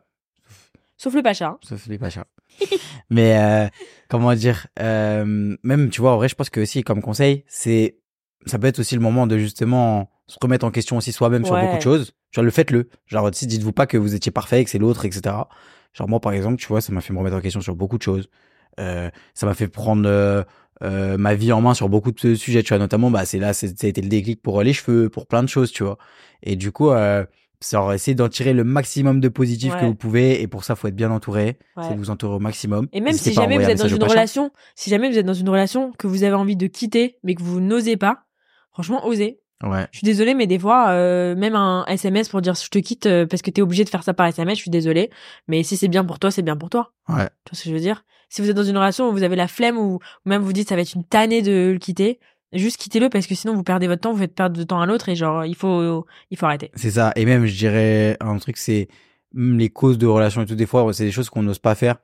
Speaker 1: Sauf le pacha.
Speaker 2: ça fait pas cher mais euh, comment dire euh, même tu vois en vrai je pense que aussi comme conseil c'est ça peut être aussi le moment de justement se remettre en question aussi soi-même sur
Speaker 1: Ouais.
Speaker 2: beaucoup de choses genre le faites-le genre si dites-vous pas que vous étiez parfait et que c'est l'autre etc genre moi par exemple tu vois ça m'a fait me remettre en question sur beaucoup de choses Euh, ça m'a fait prendre euh, euh, ma vie en main sur beaucoup de sujets tu vois notamment bah c'est là c'est- ça a été le déclic pour euh, les cheveux pour plein de choses tu vois et du coup euh, genre essayer d'en tirer le maximum de positif que
Speaker 1: Ouais.
Speaker 2: vous pouvez et pour ça faut être bien entouré
Speaker 1: Ouais.
Speaker 2: c'est de vous entourer au maximum
Speaker 1: Et même
Speaker 2: N'hésitez
Speaker 1: si
Speaker 2: pas à
Speaker 1: jamais vous
Speaker 2: envoyer un
Speaker 1: êtes dans
Speaker 2: message au
Speaker 1: une
Speaker 2: prochain.
Speaker 1: relation, si jamais vous êtes dans une relation que vous avez envie de quitter, mais que vous n'osez pas, franchement, osez.
Speaker 2: ouais
Speaker 1: Je suis désolée, mais des fois, euh, même un SMS pour dire je te quitte euh, parce que t'es obligé de faire ça par SMS, je suis désolée. Mais si c'est bien pour toi, c'est bien pour toi.
Speaker 2: ouais
Speaker 1: Tu vois ce que je veux dire Si vous êtes dans une relation où vous avez la flemme ou même vous dites ça va être une tannée de le quitter, juste quittez-le parce que sinon vous perdez votre temps, vous faites perdre de temps à l'autre et genre il faut il faut arrêter.
Speaker 2: c'est ça et même je dirais un truc c'est hum, les causes de relations et tout des fois c'est des choses qu'on n'ose pas faire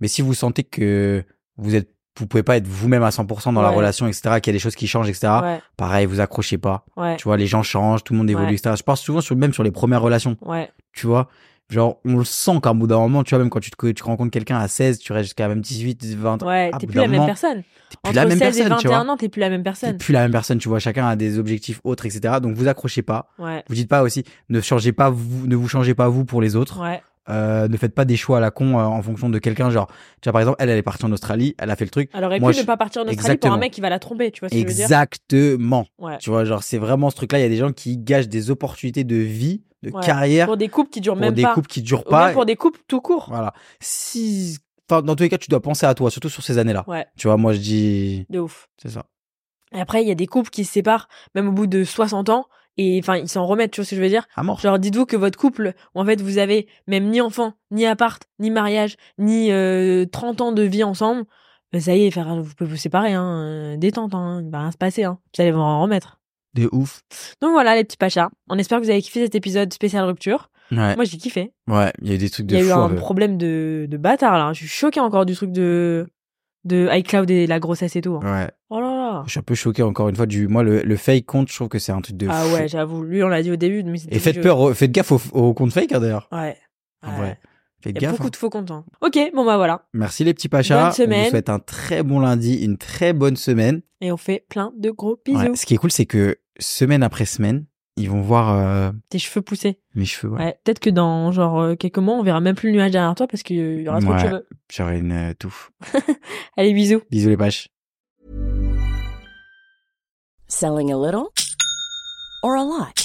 Speaker 2: mais si vous sentez que vous êtes vous pouvez pas être vous-même à 100% dans la
Speaker 1: Ouais.
Speaker 2: relation etc qu'il y a des choses qui changent etc
Speaker 1: ouais,
Speaker 2: pareil vous accrochez pas
Speaker 1: ouais,
Speaker 2: Ah. tu vois les gens changent tout le monde évolue
Speaker 1: Ouais.
Speaker 2: etc je pense souvent sur même sur les premières relations
Speaker 1: ouais,
Speaker 2: tu vois genre on le sent qu'à un bout d'un moment tu vois même quand tu te, tu rencontres quelqu'un à 16 tu restes jusqu'à même 18 20
Speaker 1: ouais.
Speaker 2: à
Speaker 1: T'es
Speaker 2: bout
Speaker 1: plus
Speaker 2: d'un
Speaker 1: la même
Speaker 2: moment,
Speaker 1: personne.
Speaker 2: Ah, t'es plus
Speaker 1: Entre
Speaker 2: la même
Speaker 1: 16 et
Speaker 2: personne tu vois
Speaker 1: 21 ans, t'es plus la même
Speaker 2: t'es
Speaker 1: personne.
Speaker 2: plus la même personne tu vois chacun a des objectifs autres etc donc vous accrochez pas
Speaker 1: Ouais,
Speaker 2: vous dites pas aussi ne changez pas vous ne vous changez pas vous pour les autres
Speaker 1: ouais,
Speaker 2: Euh, ne faites pas des choix à la con euh, en fonction de quelqu'un genre tu vois par exemple elle elle est partie en Australie elle a fait le truc
Speaker 1: Alors et
Speaker 2: Moi,
Speaker 1: puis
Speaker 2: je-
Speaker 1: ne pas partir en Australie pour
Speaker 2: Exactement.
Speaker 1: un mec qui va la tromper, tu vois ce que je veux dire
Speaker 2: exactement
Speaker 1: Ouais.
Speaker 2: tu vois genre c'est vraiment ce truc là il y a des gens qui gâchent des opportunités de vie de
Speaker 1: Ouais.
Speaker 2: carrière
Speaker 1: Pour des couples qui durent
Speaker 2: pour
Speaker 1: même
Speaker 2: des
Speaker 1: pas.
Speaker 2: couples qui durent
Speaker 1: Ou même
Speaker 2: pas
Speaker 1: pour des couples tout court.
Speaker 2: voilà si enfin dans tous les cas tu dois penser à toi surtout sur ces années là
Speaker 1: Ouais,
Speaker 2: tu vois moi je dis
Speaker 1: de ouf.
Speaker 2: c'est ça
Speaker 1: Et après il y a des couples qui se séparent même au bout de 60 ans et enfin ils s'en remettent, tu vois ce que je veux dire
Speaker 2: à mort
Speaker 1: Genre, dites-vous que votre couple, où en fait vous avez même ni enfant, ni appart, ni mariage, ni euh, 30 ans de vie ensemble, ben, ça y est, faire, vous pouvez vous séparer, hein, euh, détente, hein, il va rien se passer, hein, vous allez vous en remettre.
Speaker 2: de ouf
Speaker 1: Donc voilà, les petits pachas, on espère que vous avez kiffé cet épisode spécial rupture.
Speaker 2: ouais
Speaker 1: Moi j'ai kiffé.
Speaker 2: ouais il y a eu des trucs
Speaker 1: Il y a
Speaker 2: de
Speaker 1: eu
Speaker 2: fou un
Speaker 1: un
Speaker 2: peu.
Speaker 1: problème de, de bâtard là, je suis choquée encore du truc de, de iCloud et la grossesse et tout. hein.
Speaker 2: ouais
Speaker 1: Oh là là
Speaker 2: Je suis un peu choqué encore une fois du moi le, le fake compte, je trouve que c'est un truc de
Speaker 1: Ah
Speaker 2: fou.
Speaker 1: ouais, j'avoue, lui on l'a dit au début, mais c'était
Speaker 2: Et faites
Speaker 1: je-
Speaker 2: peur, au- faites gaffe au, au compte fake hein, d'ailleurs.
Speaker 1: Ouais.
Speaker 2: En vrai. Faites
Speaker 1: Il y a
Speaker 2: gaffe.
Speaker 1: beaucoup
Speaker 2: hein.
Speaker 1: de faux comptes. hein. Ok, bon bah voilà.
Speaker 2: Merci les petits pachas.
Speaker 1: Bonne semaine.
Speaker 2: On vous souhaite un très bon lundi, une très bonne semaine.
Speaker 1: Et on fait plein de gros bisous.
Speaker 2: Ouais, Ce qui est cool, c'est que semaine après semaine, ils vont voir euh,
Speaker 1: Tes cheveux poussés.
Speaker 2: mes cheveux. ouais.
Speaker 1: Ouais. Peut-être que dans genre euh, quelques mois, on verra même plus le nuage derrière toi parce qu'il y aura trop de
Speaker 2: Ouais.
Speaker 1: cheveux.
Speaker 2: J'aurai une euh, touffe.
Speaker 1: Allez, bisous.
Speaker 2: Bisous les paches.
Speaker 4: Selling a little or a lot?